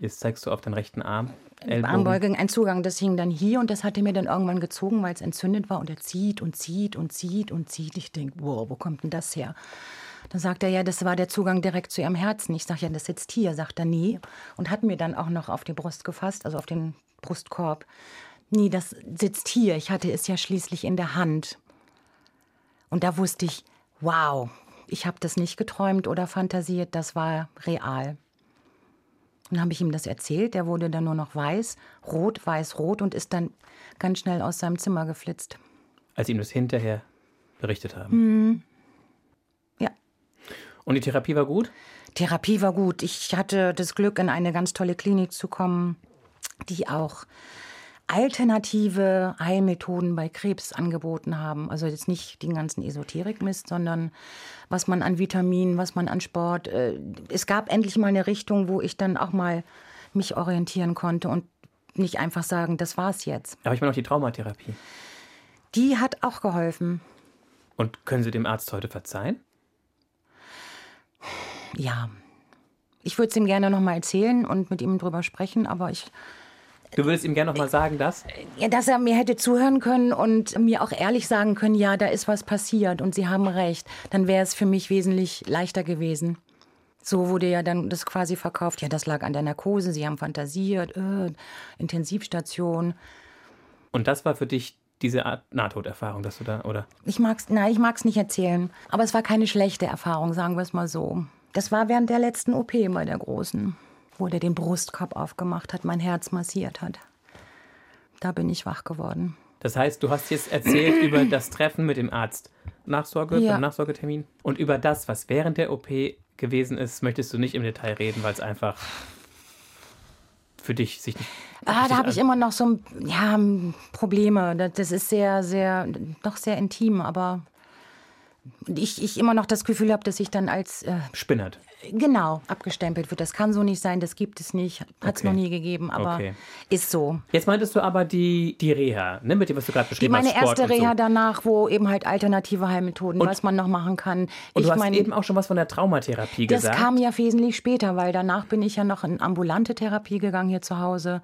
Speaker 3: Jetzt zeigst du auf den rechten Arm.
Speaker 2: Äh,
Speaker 3: Ellbogen.
Speaker 2: Armbeugung, einen Zugang, das hing dann hier und das hatte mir dann irgendwann gezogen, weil es entzündet war und er zieht und zieht und zieht und zieht. Ich denke, wow, wo kommt denn das her? Dann sagt er, ja, das war der Zugang direkt zu ihrem Herzen. Ich sage, ja, das sitzt hier. Sagt er, nee. Und hat mir dann auch noch auf die Brust gefasst, also auf den Brustkorb. Nee, das sitzt hier. Ich hatte es ja schließlich in der Hand. Und da wusste ich, wow, ich habe das nicht geträumt oder fantasiert, das war real. Dann habe ich ihm das erzählt. Er wurde dann nur noch weiß, rot, weiß, rot und ist dann ganz schnell aus seinem Zimmer geflitzt.
Speaker 3: Als ihm das hinterher berichtet
Speaker 2: Hm.
Speaker 3: haben.
Speaker 2: Ja.
Speaker 3: Und die Therapie war gut?
Speaker 2: Therapie war gut. Ich hatte das Glück, in eine ganz tolle Klinik zu kommen, die auch alternative Heilmethoden bei Krebs angeboten haben. Also jetzt nicht den ganzen Esoterikmist, sondern was man an Vitaminen, was man an Sport. äh, Es gab endlich mal eine Richtung, wo ich dann auch mal mich orientieren konnte und nicht einfach sagen, das war's jetzt.
Speaker 3: Aber ich meine auch die Traumatherapie.
Speaker 2: Die hat auch geholfen.
Speaker 3: Und können Sie dem Arzt heute verzeihen?
Speaker 2: Ja. Ich würde es ihm gerne nochmal erzählen und mit ihm drüber sprechen, aber ich.
Speaker 3: Du würdest ihm
Speaker 2: Äh,
Speaker 3: gerne nochmal sagen, dass.
Speaker 2: Ja, dass er mir hätte zuhören können und mir auch ehrlich sagen können, ja, da ist was passiert und Sie haben recht. Dann wäre es für mich wesentlich leichter gewesen. So wurde ja dann das quasi verkauft. Ja, das lag an der Narkose, Sie haben fantasiert, äh, Intensivstation.
Speaker 3: Und das war für dich diese Art Nahtoderfahrung, dass du da, oder?
Speaker 2: Ich mag's, nein, ich mag's nicht erzählen. Aber es war keine schlechte Erfahrung, sagen wir es mal so. Das war während der letzten OP bei der Großen, wo der den Brustkorb aufgemacht hat, mein Herz massiert hat. Da bin ich wach geworden.
Speaker 3: Das heißt, du hast jetzt erzählt über das Treffen mit dem Arzt, Nachsorge,
Speaker 2: Ja.
Speaker 3: beim Nachsorgetermin und über das, was während der OP gewesen ist, möchtest du nicht im Detail reden, weil es einfach für dich sich nicht.
Speaker 2: Ah,
Speaker 3: sich also
Speaker 2: da habe ich
Speaker 3: an-
Speaker 2: immer noch so ein, ja, m, Probleme. Das- Das ist sehr, sehr, doch sehr intim, aber ich, ich immer noch das Gefühl habe, dass ich dann als äh,
Speaker 3: Spinnert.
Speaker 2: genau abgestempelt wird. Das kann so nicht sein, das gibt es nicht, hat es
Speaker 3: Okay.
Speaker 2: noch nie gegeben, aber
Speaker 3: Okay.
Speaker 2: ist so.
Speaker 3: Jetzt meintest du aber die, die Reha, ne, mit dem, was du gerade
Speaker 2: Die
Speaker 3: beschrieben
Speaker 2: meine
Speaker 3: hast. Sport
Speaker 2: erste
Speaker 3: und
Speaker 2: Reha
Speaker 3: so.
Speaker 2: danach, wo eben halt alternative Heilmethoden,
Speaker 3: Und-
Speaker 2: was man noch machen kann.
Speaker 3: Und du
Speaker 2: ich
Speaker 3: hast
Speaker 2: meine,
Speaker 3: eben auch schon was von der Traumatherapie
Speaker 2: das
Speaker 3: gesagt.
Speaker 2: kam ja wesentlich später, weil danach bin ich ja noch in ambulante Therapie gegangen hier zu Hause.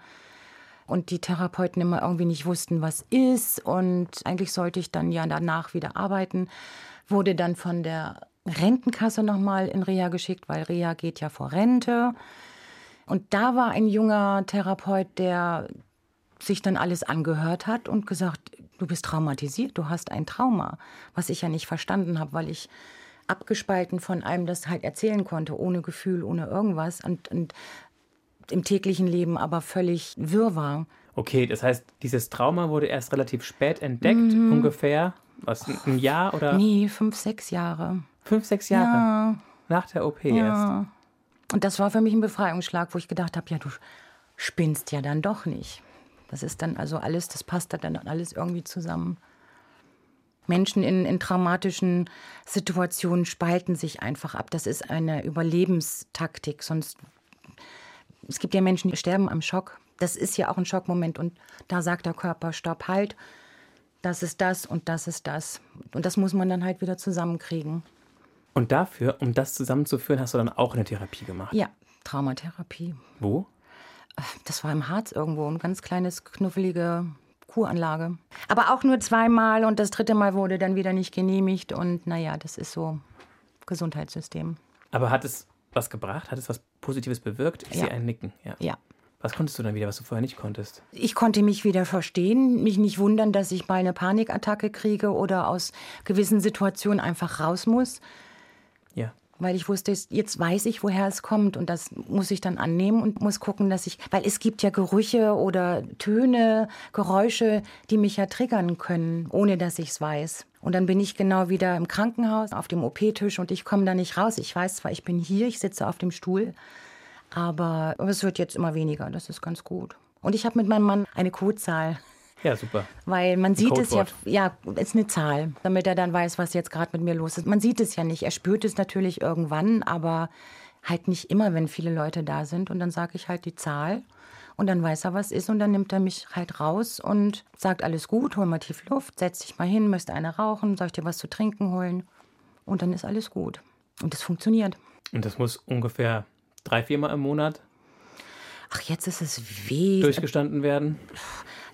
Speaker 2: Und die Therapeuten immer irgendwie nicht wussten, was ist. Und eigentlich sollte ich dann ja danach wieder arbeiten. Wurde dann von der Rentenkasse nochmal in Reha geschickt, weil Reha geht ja vor Rente. Und da war ein junger Therapeut, der sich dann alles angehört hat und gesagt, du bist traumatisiert, du hast ein Trauma, was ich ja nicht verstanden habe, weil ich abgespalten von allem das halt erzählen konnte, ohne Gefühl, ohne irgendwas und, und im täglichen Leben aber völlig wirr war.
Speaker 3: Okay, das heißt, dieses Trauma wurde erst relativ spät entdeckt,
Speaker 2: Mhm.
Speaker 3: ungefähr. Was, ein- ein Jahr oder
Speaker 2: Nee, fünf, sechs Jahre.
Speaker 3: fünf, sechs Jahre nach der OP erst.
Speaker 2: Und das war für mich ein Befreiungsschlag, wo ich gedacht habe, ja, du spinnst ja dann doch nicht. Das ist dann also alles, das passt da dann alles irgendwie zusammen. Menschen in, in traumatischen Situationen spalten sich einfach ab. Das ist eine Überlebenstaktik. Sonst, es gibt ja Menschen, die sterben am Schock. Das ist ja auch ein Schockmoment. Und da sagt der Körper, stopp, halt. Das ist das und das ist das. Und das muss man dann halt wieder zusammenkriegen.
Speaker 3: Und dafür, um das zusammenzuführen, hast du dann auch eine Therapie gemacht.
Speaker 2: Ja, Traumatherapie.
Speaker 3: Wo?
Speaker 2: Das war im Harz irgendwo, ein ganz kleines, knuffelige Kuranlage. Aber auch nur zweimal und das dritte Mal wurde dann wieder nicht genehmigt. Und naja, das ist so Gesundheitssystem.
Speaker 3: Aber hat es was gebracht? Hat es was Positives bewirkt? Ich
Speaker 2: Ja.
Speaker 3: sehe ein Nicken. Ja.
Speaker 2: Ja.
Speaker 3: Was konntest du dann wieder, was du vorher nicht konntest?
Speaker 2: Ich konnte mich wieder verstehen, mich nicht wundern, dass ich mal eine Panikattacke kriege oder aus gewissen Situationen einfach raus muss,
Speaker 3: Ja.
Speaker 2: weil ich wusste, jetzt weiß ich, woher es kommt und das muss ich dann annehmen und muss gucken, dass ich, weil es gibt ja Gerüche oder Töne, Geräusche, die mich ja triggern können, ohne dass ich es weiß. Und dann bin ich genau wieder im Krankenhaus, auf dem OP-Tisch und ich komme da nicht raus. Ich weiß zwar, ich bin hier, ich sitze auf dem Stuhl, aber aber es wird jetzt immer weniger, das ist ganz gut. Und ich habe mit meinem Mann eine Codezahl.
Speaker 3: Ja, super.
Speaker 2: Weil man sieht es ja,
Speaker 3: Codewort.
Speaker 2: ja, ist eine Zahl, damit er dann weiß, was jetzt gerade mit mir los ist. Man sieht es ja nicht. Er spürt es natürlich irgendwann, aber halt nicht immer, wenn viele Leute da sind. Und dann sage ich halt die Zahl und dann weiß er, was ist. Und dann nimmt er mich halt raus und sagt, alles gut, hol mal tief Luft, setz dich mal hin, müsst einer rauchen, soll ich dir was zu trinken holen? Und dann ist alles gut. Und das funktioniert.
Speaker 3: Und das muss ungefähr drei, viermal im Monat
Speaker 2: Ach, jetzt ist es weh.
Speaker 3: durchgestanden werden.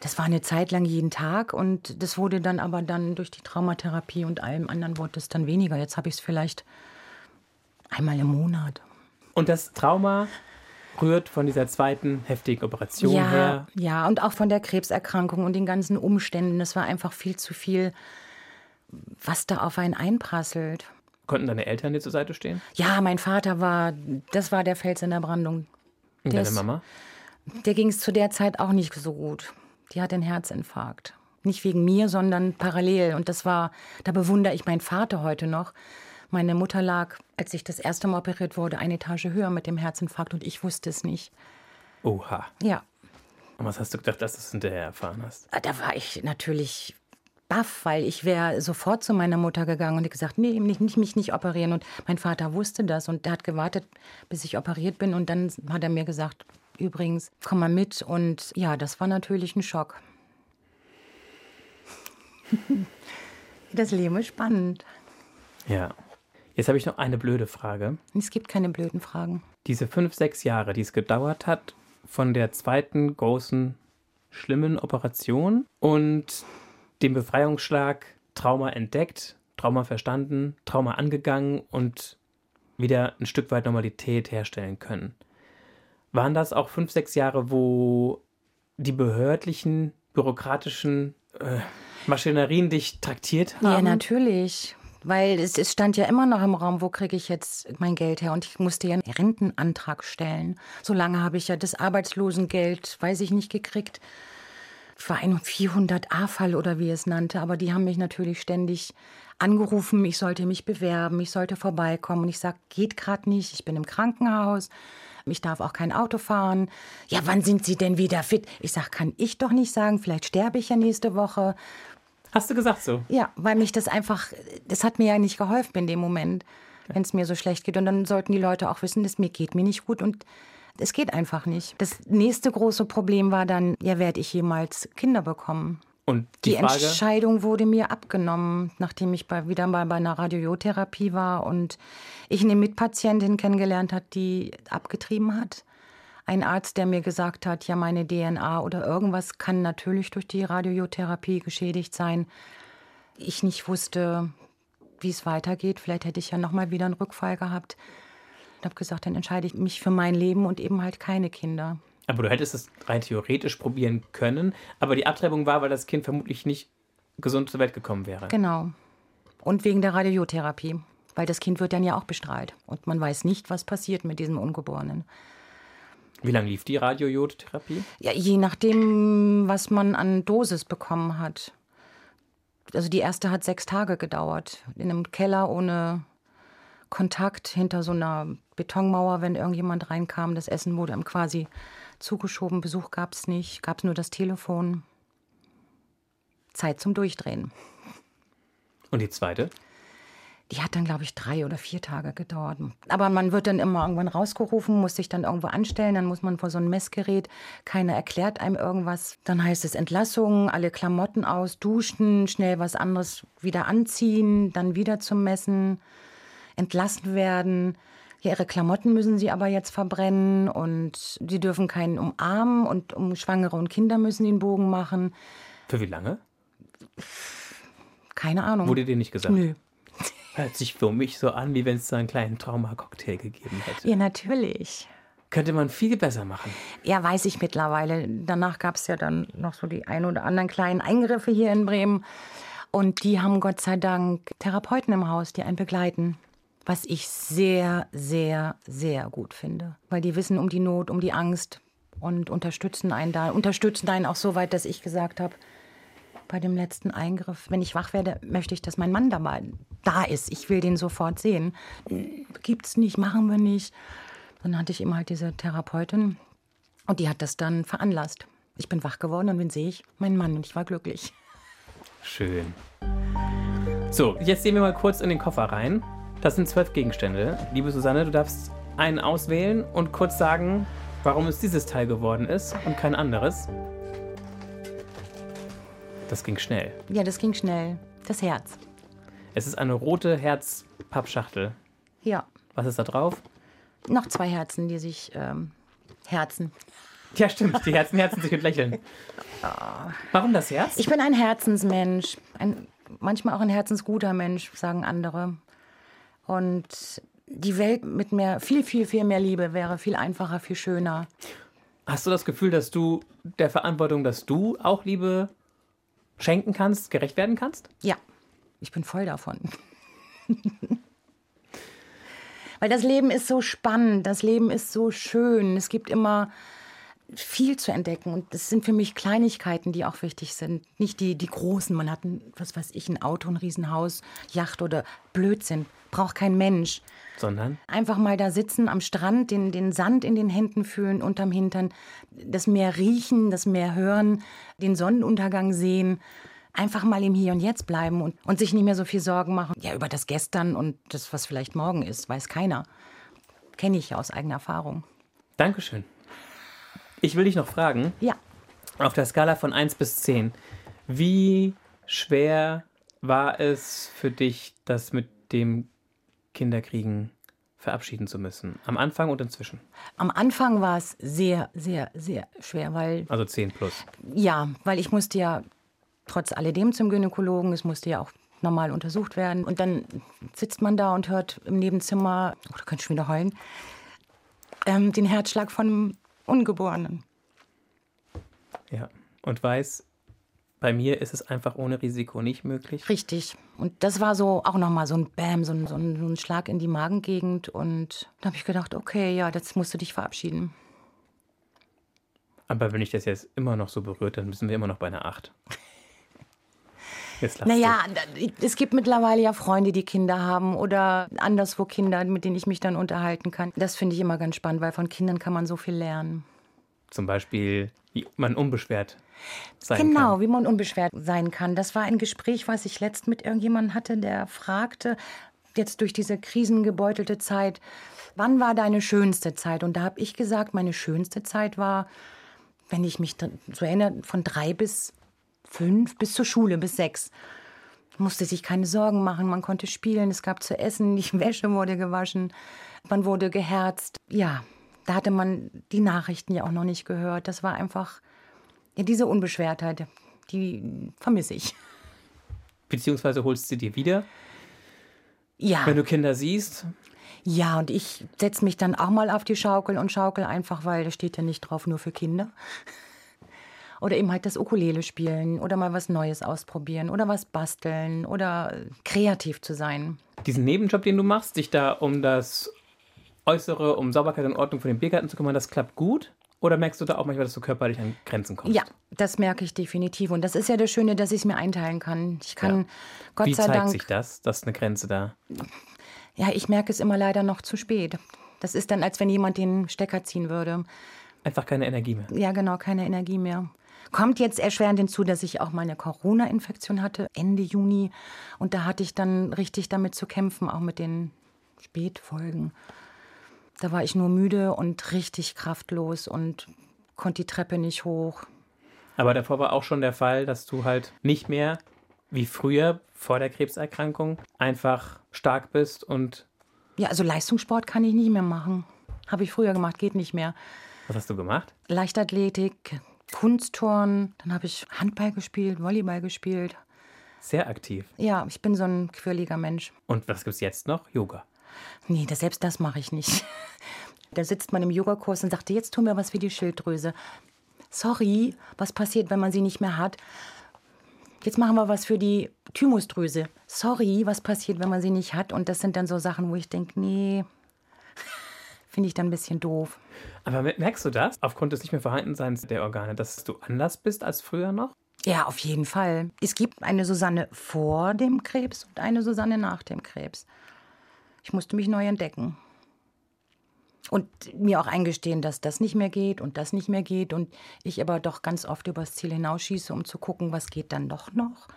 Speaker 2: Das war eine Zeit lang jeden Tag und das wurde dann aber dann durch die Traumatherapie und allem anderen wurde es dann weniger. Jetzt habe ich es vielleicht einmal im Monat.
Speaker 3: Und das Trauma rührt von dieser zweiten heftigen Operation her.
Speaker 2: ja, und auch von der Krebserkrankung und den ganzen Umständen. Das war einfach viel zu viel, was da auf einen einprasselt.
Speaker 3: Konnten deine Eltern dir zur Seite stehen?
Speaker 2: Ja, mein Vater war, das war der Fels in der Brandung.
Speaker 3: Und deine
Speaker 2: Der ist-
Speaker 3: Mama?
Speaker 2: Der ging es zu der Zeit auch nicht so gut. Die hat einen Herzinfarkt. Nicht wegen mir, sondern parallel. Und das war, da bewundere ich meinen Vater heute noch. Meine Mutter lag, als ich das erste Mal operiert wurde, eine Etage höher mit dem Herzinfarkt und ich wusste es nicht.
Speaker 3: Oha.
Speaker 2: Ja,
Speaker 3: Und was hast du gedacht, dass du es hinterher erfahren hast?
Speaker 2: Ah, da war ich natürlich baff, weil ich wäre sofort zu meiner Mutter gegangen und hätte gesagt, nee, nicht, nicht, mich nicht operieren. Und mein Vater wusste das und der hat gewartet, bis ich operiert bin. Und dann hat er mir gesagt, übrigens, komm mal mit. Und ja, das war natürlich ein Schock. Das Leben ist spannend.
Speaker 3: Ja. Jetzt habe ich noch eine blöde Frage.
Speaker 2: Es gibt keine blöden Fragen.
Speaker 3: Diese fünf, sechs Jahre, die es gedauert hat, von der zweiten großen, schlimmen Operation und dem Befreiungsschlag, Trauma entdeckt, Trauma verstanden, Trauma angegangen und wieder ein Stück weit Normalität herstellen können. Waren das auch fünf, sechs Jahre, wo die behördlichen, bürokratischen äh, Maschinerien dich traktiert
Speaker 2: Ja,
Speaker 3: haben?
Speaker 2: natürlich. Weil es, es stand ja immer noch im Raum, wo kriege ich jetzt mein Geld her? Und ich musste ja einen Rentenantrag stellen. So lange habe ich ja das Arbeitslosengeld, weiß ich nicht, gekriegt. war ein 400a-Fall oder wie es nannte, aber die haben mich natürlich ständig angerufen, ich sollte mich bewerben, ich sollte vorbeikommen. Und ich sage, geht gerade nicht, ich bin im Krankenhaus, ich darf auch kein Auto fahren. Ja, wann sind Sie denn wieder fit? Ich sage, kann ich doch nicht sagen, vielleicht sterbe ich ja nächste Woche.
Speaker 3: Hast du gesagt so?
Speaker 2: Ja, weil mich das einfach, das hat mir ja nicht geholfen in dem Moment, wenn es mir so schlecht geht. Und dann sollten die Leute auch wissen, dass mir geht mir nicht gut und es geht einfach nicht. Das nächste große Problem war dann, ja, werde ich jemals Kinder bekommen?
Speaker 3: Und
Speaker 2: Die,
Speaker 3: die, Frage,
Speaker 2: Entscheidung wurde mir abgenommen, nachdem ich bei, wieder mal bei einer Radiotherapie war und ich eine Mitpatientin kennengelernt hat, die abgetrieben hat. Ein Arzt, der mir gesagt hat, ja, meine DNA oder irgendwas kann natürlich durch die Radiotherapie geschädigt sein. Ich nicht wusste, wie es weitergeht. Vielleicht hätte ich ja nochmal wieder einen Rückfall gehabt. Ich habe gesagt, dann entscheide ich mich für mein Leben und eben halt keine Kinder.
Speaker 3: aber du hättest es rein theoretisch probieren können, aber die Abtreibung war, weil das Kind vermutlich nicht gesund zur Welt gekommen wäre.
Speaker 2: Genau. Und wegen der Radiotherapie. Weil das Kind wird dann ja auch bestrahlt. Und man weiß nicht, was passiert mit diesem Ungeborenen.
Speaker 3: Wie lange lief die Radiojodtherapie?
Speaker 2: Ja, je nachdem, was man an Dosis bekommen hat. Also die erste hat sechs Tage gedauert. In einem Keller ohne Kontakt, hinter so einer Betonmauer, wenn irgendjemand reinkam. Das Essen wurde ihm quasi zugeschoben. Besuch gab es nicht, gab es nur das Telefon. Zeit zum Durchdrehen.
Speaker 3: Und die zweite?
Speaker 2: Die hat dann, glaube ich, drei oder vier Tage gedauert. Aber man wird dann immer irgendwann rausgerufen, muss sich dann irgendwo anstellen, dann muss man vor so ein Messgerät, keiner erklärt einem irgendwas. Dann heißt es Entlassung, alle Klamotten aus, duschen, schnell was anderes wieder anziehen, dann wieder zum Messen, entlassen werden. Ja, ihre Klamotten müssen sie aber jetzt verbrennen und sie dürfen keinen umarmen und um Schwangere und Kinder müssen den Bogen machen.
Speaker 3: Für wie lange?
Speaker 2: Keine Ahnung.
Speaker 3: Wurde dir nicht gesagt?
Speaker 2: Nö.
Speaker 3: Hört sich für mich so an, wie wenn es da einen kleinen Traumacocktail gegeben hätte.
Speaker 2: Ja, natürlich.
Speaker 3: Könnte man viel besser machen.
Speaker 2: Ja, weiß ich mittlerweile. Danach gab es ja dann noch so die ein oder anderen kleinen Eingriffe hier in Bremen. Und die haben Gott sei Dank Therapeuten im Haus, die einen begleiten. Was ich sehr, sehr, sehr gut finde. Weil die wissen um die Not, um die Angst und unterstützen einen da. Unterstützen einen auch so weit, dass ich gesagt habe, bei dem letzten Eingriff, wenn ich wach werde, möchte ich, dass mein Mann dabei da ist. Ich will den sofort sehen. Gibt's nicht, machen wir nicht. Dann hatte ich eben halt diese Therapeutin und die hat das dann veranlasst. Ich bin wach geworden und wen sehe ich? Meinen Mann und ich war glücklich.
Speaker 3: Schön. So, jetzt sehen wir mal kurz in den Koffer rein. Das sind zwölf Gegenstände. Liebe Susanne, du darfst einen auswählen und kurz sagen, warum es dieses Teil geworden ist und kein anderes. Das ging schnell.
Speaker 2: Ja, das ging schnell. Das Herz.
Speaker 3: Es ist eine rote Herz-Pappschachtel.
Speaker 2: Ja,
Speaker 3: Was ist da drauf?
Speaker 2: noch zwei Herzen, die sich ähm, herzen.
Speaker 3: Ja, stimmt. Die Herzen herzen sich mit Lächeln. Warum das Herz?
Speaker 2: Ich bin ein Herzensmensch, ein, manchmal auch ein herzensguter Mensch, sagen andere. Und die Welt mit mehr, viel, viel, viel mehr Liebe wäre viel einfacher, viel schöner.
Speaker 3: Hast du das Gefühl, dass du der Verantwortung, dass du auch Liebe schenken kannst, gerecht werden kannst?
Speaker 2: Ja, ich bin voll davon. Weil das Leben ist so spannend, das Leben ist so schön. Es gibt immer viel zu entdecken und das sind für mich Kleinigkeiten, die auch wichtig sind. Nicht die, die großen, man hat ein, was weiß ich, ein Auto, ein Riesenhaus, Yacht oder Blödsinn. Braucht kein Mensch.
Speaker 3: Sondern?
Speaker 2: Einfach mal da sitzen am Strand, den, den Sand in den Händen fühlen, unterm Hintern, das Meer riechen, das Meer hören, den Sonnenuntergang sehen. Einfach mal im Hier und Jetzt bleiben und, und sich nicht mehr so viel Sorgen machen. Ja, über das Gestern und das, was vielleicht morgen ist, weiß keiner. Kenne ich ja aus eigener Erfahrung.
Speaker 3: Dankeschön. Ich will dich noch fragen,
Speaker 2: Ja,
Speaker 3: auf der Skala von 1 bis 10, wie schwer war es für dich, das mit dem Kinderkriegen verabschieden zu müssen? Am Anfang und inzwischen.
Speaker 2: am Anfang war es sehr, sehr, sehr schwer, weil
Speaker 3: Also 10 plus.
Speaker 2: Ja, weil ich musste ja trotz alledem zum Gynäkologen, es musste ja auch normal untersucht werden. Und dann sitzt man da und hört im Nebenzimmer, oh, da könnte ich schon wieder heulen, ähm, den Herzschlag von einem Ungeborenen.
Speaker 3: Ja. Und weiß, bei mir ist es einfach ohne Risiko nicht möglich.
Speaker 2: Richtig. Und das war so auch nochmal so ein Bäm, so ein, so, ein, so ein Schlag in die Magengegend. Und da habe ich gedacht, okay, ja, jetzt musst du dich verabschieden.
Speaker 3: Aber wenn ich das jetzt immer noch so berührt, dann müssen wir immer noch bei einer 8. Jetzt lachst
Speaker 2: Naja, es gibt mittlerweile ja Freunde, die Kinder haben oder anderswo Kinder, mit denen ich mich dann unterhalten kann. Das finde ich immer ganz spannend, weil von Kindern kann man so viel lernen.
Speaker 3: du. Zum Beispiel, wie man unbeschwert sein
Speaker 2: Genau,
Speaker 3: kann.
Speaker 2: wie man unbeschwert sein kann. Das war ein Gespräch, was ich letzt mit irgendjemandem hatte, der fragte, jetzt durch diese krisengebeutelte Zeit, wann war deine schönste Zeit? Und da habe ich gesagt, meine schönste Zeit war, wenn ich mich dr- so erinnere, von drei bis fünf, bis zur Schule, bis sechs. Musste sich keine Sorgen machen, man konnte spielen, es gab zu essen, die Wäsche wurde gewaschen, man wurde geherzt. Ja, da hatte man die Nachrichten ja auch noch nicht gehört. Das war einfach ja, diese Unbeschwertheit, die vermisse ich.
Speaker 3: Beziehungsweise holst du dir wieder,
Speaker 2: Ja,
Speaker 3: wenn du Kinder siehst.
Speaker 2: ja, und ich setze mich dann auch mal auf die Schaukel und schaukel einfach, weil da steht ja nicht drauf, nur für Kinder. Oder eben halt das Ukulele spielen oder mal was Neues ausprobieren oder was basteln oder kreativ zu sein.
Speaker 3: Diesen Nebenjob, den du machst, dich da um das Äußere, um Sauberkeit und Ordnung von dem Biergarten zu kümmern, das klappt gut? Oder merkst du da auch manchmal, dass du körperlich an Grenzen kommst?
Speaker 2: Ja, das merke ich definitiv. Und das ist ja das Schöne, dass ich es mir einteilen kann. Ich kann,
Speaker 3: Ja.
Speaker 2: Gott
Speaker 3: Wie
Speaker 2: sei
Speaker 3: zeigt
Speaker 2: Dank,
Speaker 3: sich das, dass eine Grenze da?
Speaker 2: ja, ich merke es immer leider noch zu spät. Das ist dann, als wenn jemand den Stecker ziehen würde.
Speaker 3: Einfach keine Energie mehr.
Speaker 2: Ja, genau, keine Energie mehr. Kommt jetzt erschwerend hinzu, dass ich auch mal eine Corona-Infektion hatte, Ende Juni. Und da hatte ich dann richtig damit zu kämpfen, auch mit den Spätfolgen. Da war ich nur müde und richtig kraftlos und konnte die Treppe nicht hoch.
Speaker 3: Aber davor war auch schon der Fall, dass du halt nicht mehr wie früher vor der Krebserkrankung einfach stark bist und
Speaker 2: Ja, also Leistungssport kann ich nicht mehr machen. Habe ich früher gemacht, geht nicht mehr.
Speaker 3: was hast du gemacht?
Speaker 2: Leichtathletik, Kunstturnen, dann habe ich Handball gespielt, Volleyball gespielt.
Speaker 3: Sehr aktiv.
Speaker 2: Ja, ich bin so ein quirliger Mensch.
Speaker 3: Und was gibt's jetzt noch? Yoga.
Speaker 2: Nee, das, selbst das mache ich nicht. Da sitzt man im Yogakurs und sagt, jetzt tun wir was für die Schilddrüse. Sorry, was passiert, wenn man sie nicht mehr hat? Jetzt machen wir was für die Thymusdrüse. Sorry, was passiert, wenn man sie nicht hat? Und das sind dann so Sachen, wo ich denke, nee, finde ich dann ein bisschen doof.
Speaker 3: Aber mer- merkst du das? Aufgrund des nicht mehr Vorhandenseins der Organe, dass du anders bist als früher noch?
Speaker 2: Ja, auf jeden Fall. Es gibt eine Susanne vor dem Krebs und eine Susanne nach dem Krebs. Ich musste mich neu entdecken. Und mir auch eingestehen, dass das nicht mehr geht und das nicht mehr geht und ich aber doch ganz oft übers Ziel hinausschieße, um zu gucken, was geht dann doch noch.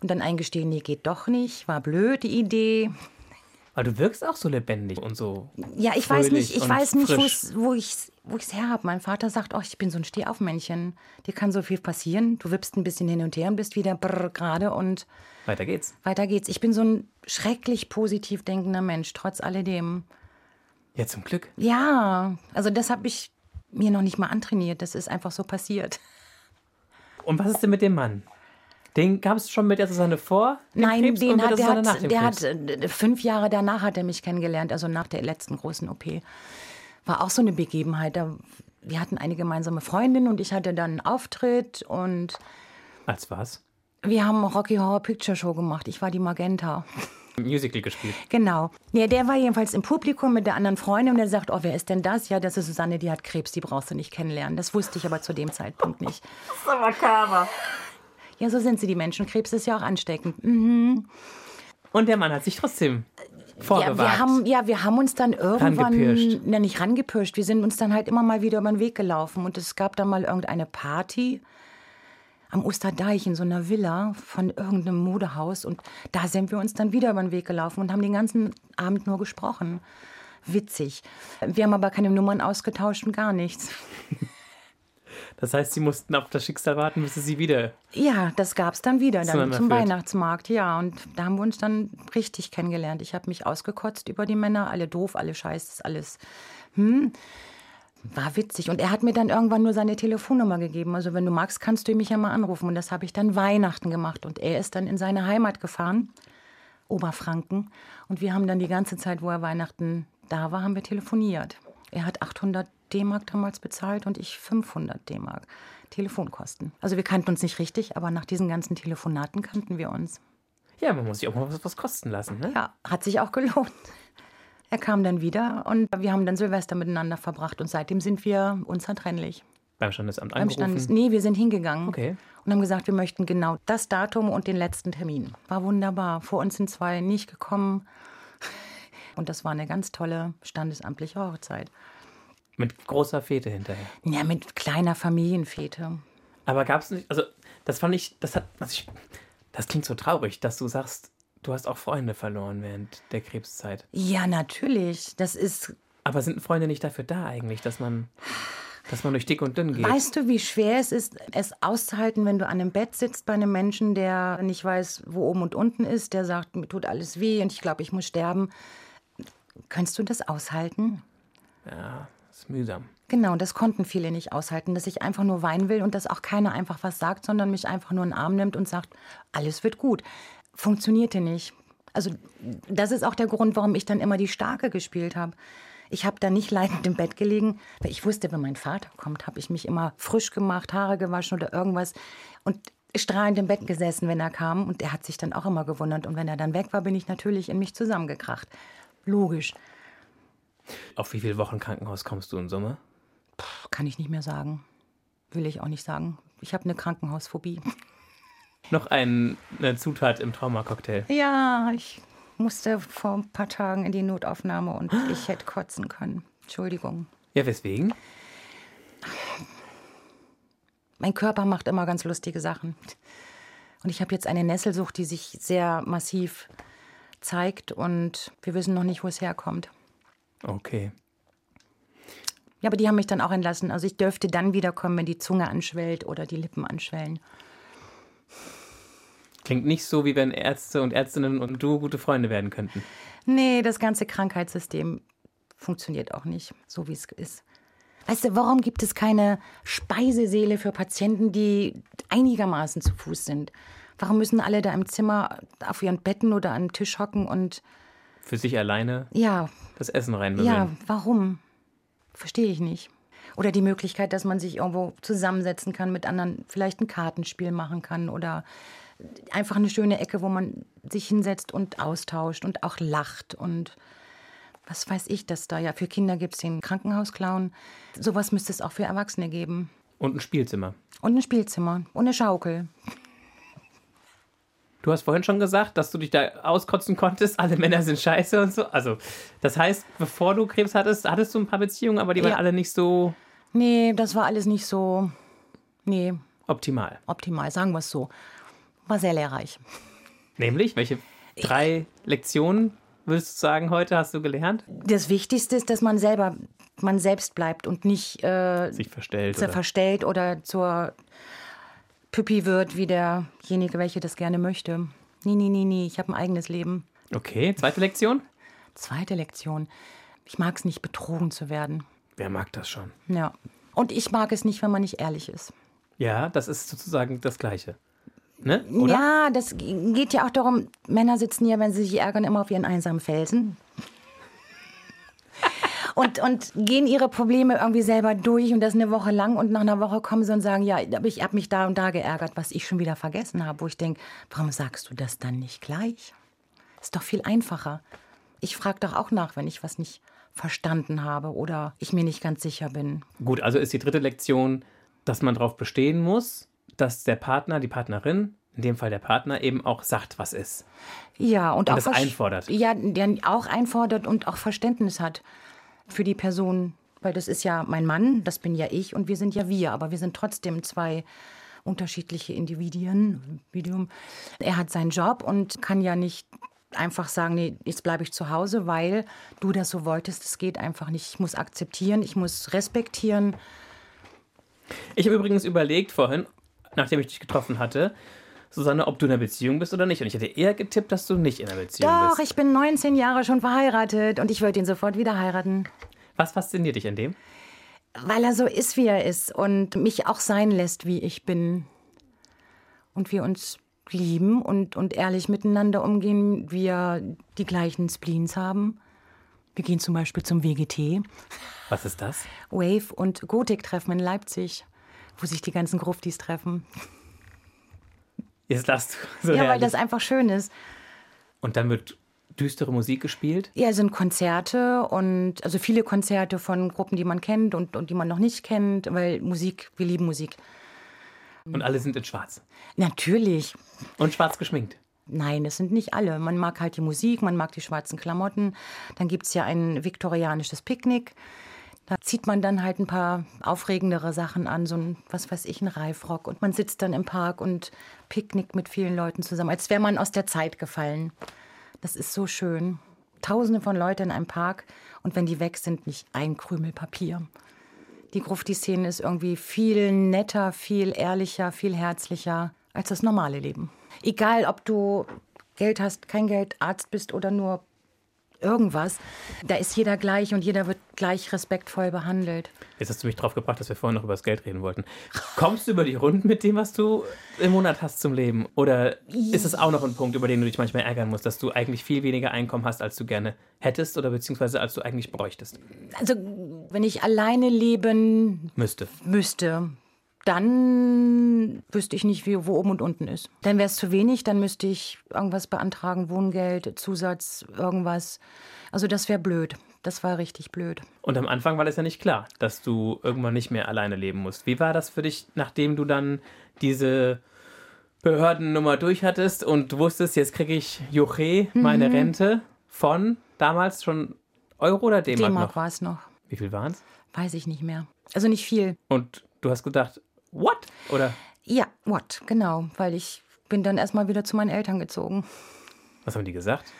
Speaker 2: Und dann eingestehen, nee, geht doch nicht, war blöd die Idee.
Speaker 3: Weil du wirkst auch so lebendig und so.
Speaker 2: Ja, ich weiß
Speaker 3: fröhlich
Speaker 2: nicht, ich
Speaker 3: und
Speaker 2: weiß nicht, wo
Speaker 3: frisch.
Speaker 2: ich's- wo ich's, wo ich's her habe. Mein Vater sagt, oh, ich bin so ein Stehaufmännchen. Dir kann so viel passieren. Du wippst ein bisschen hin und her und bist wieder brr, gerade und
Speaker 3: Weiter geht's.
Speaker 2: Weiter geht's. Ich bin so ein schrecklich positiv denkender Mensch, trotz alledem.
Speaker 3: Ja, zum Glück.
Speaker 2: Ja, also das habe ich mir noch nicht mal antrainiert. Das ist einfach so passiert.
Speaker 3: Und was ist denn mit dem Mann? Den gab es schon mit der Susanne vor? dem
Speaker 2: Nein,
Speaker 3: Krebs und
Speaker 2: den
Speaker 3: mit
Speaker 2: hat, der,
Speaker 3: Susanne nach
Speaker 2: hat,
Speaker 3: dem
Speaker 2: der
Speaker 3: Krebs?
Speaker 2: hat äh, fünf Jahre danach hat er mich kennengelernt, also nach der letzten großen OP. War auch so eine Begebenheit. Da, wir hatten eine gemeinsame Freundin und ich hatte dann einen Auftritt und
Speaker 3: Als was?
Speaker 2: wir haben Rocky Horror Picture Show gemacht. Ich war die Magenta.
Speaker 3: Musical gespielt.
Speaker 2: Genau. Ja, der war jedenfalls im Publikum mit der anderen Freundin und der sagt, oh, wer ist denn das? Ja, das ist Susanne, die hat Krebs, die brauchst du nicht kennenlernen. Das wusste ich aber zu dem Zeitpunkt nicht.
Speaker 3: So makaber.
Speaker 2: Ja, so sind sie, die Menschen. Krebs ist ja auch ansteckend.
Speaker 3: Und der Mann hat sich trotzdem
Speaker 2: Ja
Speaker 3: vorgewagt.
Speaker 2: wir, haben, ja, wir haben uns dann irgendwann.
Speaker 3: Rangepirscht.
Speaker 2: Na, nicht rangepirscht. Wir sind uns dann halt immer mal wieder über den Weg gelaufen. Und es gab dann mal irgendeine Party am Osterdeich in so einer Villa von irgendeinem Modehaus. Und da sind wir uns dann wieder über den Weg gelaufen und haben den ganzen Abend nur gesprochen. Witzig. Wir haben aber keine Nummern ausgetauscht und gar nichts.
Speaker 3: Das heißt, sie mussten auf das Schicksal warten, bis es sie wieder.
Speaker 2: Ja, das gab es dann wieder, dann
Speaker 3: Zueinander
Speaker 2: zum
Speaker 3: führt.
Speaker 2: Weihnachtsmarkt, ja. Und da haben wir uns dann richtig kennengelernt. Ich habe mich ausgekotzt über die Männer, alle doof, alle scheiße, alles. Hm. War witzig. Und er hat mir dann irgendwann nur seine Telefonnummer gegeben. Also, wenn du magst, kannst du mich ja mal anrufen. Und das habe ich dann Weihnachten gemacht. Und er ist dann in seine Heimat gefahren, Oberfranken. Und wir haben dann die ganze Zeit, wo er Weihnachten da war, haben wir telefoniert. Er hat 800 D-Mark damals bezahlt und ich 500 D-Mark. Telefonkosten. Also wir kannten uns nicht richtig, aber nach diesen ganzen Telefonaten kannten wir uns.
Speaker 3: Ja, man muss sich auch mal was, was kosten lassen, ne?
Speaker 2: Ja, hat sich auch gelohnt. Er kam dann wieder und wir haben dann Silvester miteinander verbracht und seitdem sind wir unzertrennlich.
Speaker 3: Beim Standesamt
Speaker 2: Beim
Speaker 3: angerufen?
Speaker 2: Standes- nee, wir sind hingegangen
Speaker 3: Okay.
Speaker 2: und haben gesagt, wir möchten genau das Datum und den letzten Termin. War wunderbar. Vor uns sind zwei nicht gekommen. Und das war eine ganz tolle standesamtliche Hochzeit.
Speaker 3: Mit großer Fete hinterher.
Speaker 2: Ja, mit kleiner Familienfete.
Speaker 3: Aber gab es nicht, also das fand ich, das hat, also ich, das klingt so traurig, dass du sagst, du hast auch Freunde verloren während der Krebszeit.
Speaker 2: Ja, natürlich. Das ist,
Speaker 3: Aber sind Freunde nicht dafür da eigentlich, dass man, dass man durch dick und dünn geht?
Speaker 2: weißt du, wie schwer es ist, es auszuhalten, wenn du an einem Bett sitzt bei einem Menschen, der nicht weiß, wo oben und unten ist, der sagt, mir tut alles weh und ich glaube, ich muss sterben. Könntest du das aushalten?
Speaker 3: Ja, ist mühsam.
Speaker 2: Genau, das konnten viele nicht aushalten, dass ich einfach nur weinen will und dass auch keiner einfach was sagt, sondern mich einfach nur in den Arm nimmt und sagt, alles wird gut. Funktionierte nicht. Also das ist auch der Grund, warum ich dann immer die Starke gespielt habe. Ich habe da nicht leidend im Bett gelegen, weil ich wusste, wenn mein Vater kommt, habe ich mich immer frisch gemacht, Haare gewaschen oder irgendwas und strahlend im Bett gesessen, wenn er kam. Und er hat sich dann auch immer gewundert. Und wenn er dann weg war, bin ich natürlich in mich zusammengekracht. Logisch,
Speaker 3: Auf wie viele Wochen Krankenhaus kommst du in Summe?
Speaker 2: Kann ich nicht mehr sagen. Will ich auch nicht sagen. Ich habe eine Krankenhausphobie.
Speaker 3: Noch ein, eine Zutat im Traumacocktail.
Speaker 2: Ja, ich musste vor ein paar Tagen in die Notaufnahme und ich hätte kotzen können. Entschuldigung.
Speaker 3: Ja, weswegen?
Speaker 2: Mein Körper macht immer ganz lustige Sachen. Und ich habe jetzt eine Nesselsucht, die sich sehr massiv zeigt und wir wissen noch nicht, wo es herkommt.
Speaker 3: Okay.
Speaker 2: Ja, aber die haben mich dann auch entlassen. Also ich dürfte dann wiederkommen, wenn die Zunge anschwellt oder die Lippen anschwellen.
Speaker 3: Klingt nicht so, wie wenn Ärzte und Ärztinnen und du gute Freunde werden könnten.
Speaker 2: Nee, das ganze Krankheitssystem funktioniert auch nicht, so wie es ist. Weißt du, warum gibt es keine Speisesäle für Patienten, die einigermaßen zu Fuß sind? Warum müssen alle da im Zimmer auf ihren Betten oder an einem Tisch hocken und
Speaker 3: Für sich alleine
Speaker 2: ja,
Speaker 3: das Essen
Speaker 2: ja,
Speaker 3: reinmümmeln.
Speaker 2: warum? Verstehe ich nicht. Oder die Möglichkeit, dass man sich irgendwo zusammensetzen kann mit anderen, vielleicht ein Kartenspiel machen kann oder einfach eine schöne Ecke, wo man sich hinsetzt und austauscht und auch lacht und was weiß ich das da. Ja, für Kinder gibt es den Krankenhausclown. Sowas müsste es auch für Erwachsene geben.
Speaker 3: Und ein Spielzimmer.
Speaker 2: Und ein Spielzimmer und eine Schaukel.
Speaker 3: Du hast vorhin schon gesagt, dass du dich da auskotzen konntest, alle Männer sind scheiße und so. Also, das heißt, bevor du Krebs hattest, hattest du ein paar Beziehungen, aber die waren
Speaker 2: Ja.
Speaker 3: alle nicht so
Speaker 2: Nee, das war alles nicht so, nee,
Speaker 3: optimal.
Speaker 2: optimal, sagen wir es so. War sehr lehrreich.
Speaker 3: Nämlich, welche drei Lektionen würdest du sagen, heute hast du gelernt?
Speaker 2: das Wichtigste ist, dass man selber man selbst bleibt und nicht äh,
Speaker 3: Sich verstellt.
Speaker 2: zer-
Speaker 3: Oder?
Speaker 2: verstellt oder zur Püppi wird wie derjenige, welche das gerne möchte. Nee, nee, nee, nee, ich habe ein eigenes Leben.
Speaker 3: Okay, zweite Lektion?
Speaker 2: Zweite Lektion. Ich mag es nicht, betrogen zu werden.
Speaker 3: Wer mag das schon?
Speaker 2: Ja. Und ich mag es nicht, wenn man nicht ehrlich ist.
Speaker 3: Ja, das ist sozusagen das Gleiche. Ne? Oder?
Speaker 2: Ja, das g- geht ja auch darum, Männer sitzen ja, wenn sie sich ärgern, immer auf ihren einsamen Felsen. Und, und gehen ihre Probleme irgendwie selber durch und das eine Woche lang und nach einer Woche kommen sie und sagen, ja, aber ich habe mich da und da geärgert, was ich schon wieder vergessen habe, wo ich denke, warum sagst du das dann nicht gleich? Ist doch viel einfacher. Ich frage doch auch nach, wenn ich was nicht verstanden habe oder ich mir nicht ganz sicher bin.
Speaker 3: Gut, also ist die dritte Lektion, dass man darauf bestehen muss, dass der Partner, die Partnerin, in dem Fall der Partner, eben auch sagt, was ist.
Speaker 2: Ja, und, auch
Speaker 3: das
Speaker 2: versch-
Speaker 3: einfordert.
Speaker 2: Ja, der auch einfordert und auch Verständnis hat für die Person, weil das ist ja mein Mann, das bin ja ich und wir sind ja wir, aber wir sind trotzdem zwei unterschiedliche Individuen. Individuum. Er hat seinen Job und kann ja nicht einfach sagen, nee, jetzt bleibe ich zu Hause, weil du das so wolltest, das geht einfach nicht. Ich muss akzeptieren, ich muss respektieren.
Speaker 3: Ich habe übrigens überlegt vorhin, nachdem ich dich getroffen hatte, Susanne, ob du in einer Beziehung bist oder nicht. Und ich hätte eher getippt, dass du nicht in einer Beziehung
Speaker 2: Doch,
Speaker 3: bist.
Speaker 2: ich bin 19 Jahre schon verheiratet und ich würde ihn sofort wieder heiraten.
Speaker 3: Was fasziniert dich an dem?
Speaker 2: Weil er so ist, wie er ist und mich auch sein lässt, wie ich bin. Und wir uns lieben und, und ehrlich miteinander umgehen. Wir die gleichen Spleens haben. Wir gehen zum Beispiel zum WGT,
Speaker 3: Was ist das?
Speaker 2: Wave und Gotik-Treffen in Leipzig, wo sich die ganzen Gruftis treffen.
Speaker 3: Jetzt lachst du so
Speaker 2: ja, weil
Speaker 3: herrlich.
Speaker 2: das einfach schön ist.
Speaker 3: Und dann wird düstere Musik gespielt?
Speaker 2: Ja, es sind Konzerte und also viele Konzerte von Gruppen, die man kennt und, und die man noch nicht kennt, weil Musik, wir lieben Musik.
Speaker 3: Und alle sind in schwarz.
Speaker 2: Natürlich.
Speaker 3: Und schwarz geschminkt.
Speaker 2: Nein, das sind nicht alle. Man mag halt die Musik, man mag die schwarzen Klamotten. Dann gibt es ja ein viktorianisches Picknick. Da zieht man dann halt ein paar aufregendere Sachen an, so ein, was weiß ich, ein Reifrock. Und man sitzt dann im Park und picknickt mit vielen Leuten zusammen, als wäre man aus der Zeit gefallen. Das ist so schön. Tausende von Leuten in einem Park und wenn die weg sind, nicht ein Krümel Papier. Die Grufti-Szene ist irgendwie viel netter, viel ehrlicher, viel herzlicher als das normale Leben. Egal, ob du Geld hast, kein Geld, Arzt bist oder nur irgendwas, da ist jeder gleich und jeder wird gleich respektvoll behandelt.
Speaker 3: Jetzt hast du mich drauf gebracht, dass wir vorhin noch über das Geld reden wollten. Kommst du über die Runden mit dem, was du im Monat hast zum Leben? Oder ist es auch noch ein Punkt, über den du dich manchmal ärgern musst, dass du eigentlich viel weniger Einkommen hast, als du gerne hättest oder beziehungsweise als du eigentlich bräuchtest?
Speaker 2: Also, wenn ich alleine leben
Speaker 3: Müsste.
Speaker 2: müsste, dann wüsste ich nicht, wie, wo oben und unten ist. Dann wäre es zu wenig, dann müsste ich irgendwas beantragen, Wohngeld, Zusatz, irgendwas. Also das wäre blöd. Das war richtig blöd.
Speaker 3: Und am Anfang war das ja nicht klar, dass du irgendwann nicht mehr alleine leben musst. Wie war das für dich, nachdem du dann diese Behördennummer durch hattest und du wusstest, jetzt kriege ich Juche, meine
Speaker 2: Mhm.
Speaker 3: Rente von damals schon Euro oder D-Mark
Speaker 2: D-Mark
Speaker 3: noch?
Speaker 2: war es noch.
Speaker 3: Wie viel waren es?
Speaker 2: Weiß ich nicht mehr. Also nicht viel.
Speaker 3: Und du hast gedacht, what? Oder
Speaker 2: Ja, what? Genau, weil ich bin dann erstmal wieder zu meinen Eltern gezogen.
Speaker 3: was haben die gesagt?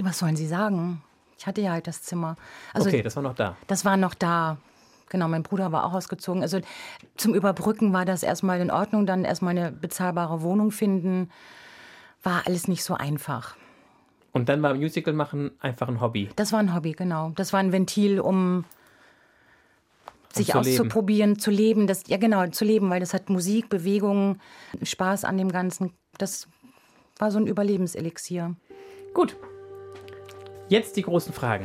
Speaker 2: Was sollen sie sagen? Ich hatte ja halt das Zimmer. Also
Speaker 3: Okay, das war noch da.
Speaker 2: Das war noch da. Genau, mein Bruder war auch ausgezogen. Also zum Überbrücken war das erstmal in Ordnung, dann erstmal eine bezahlbare Wohnung finden. War alles nicht so einfach.
Speaker 3: Und dann war Musical machen einfach ein Hobby.
Speaker 2: Das war ein Hobby, genau. Das war ein Ventil, um sich
Speaker 3: Um zu leben.
Speaker 2: auszuprobieren, zu leben. Das, ja, genau, zu leben, weil das hat Musik, Bewegung, Spaß an dem Ganzen. Das war so ein Überlebenselixier.
Speaker 3: Gut. Jetzt die großen Fragen.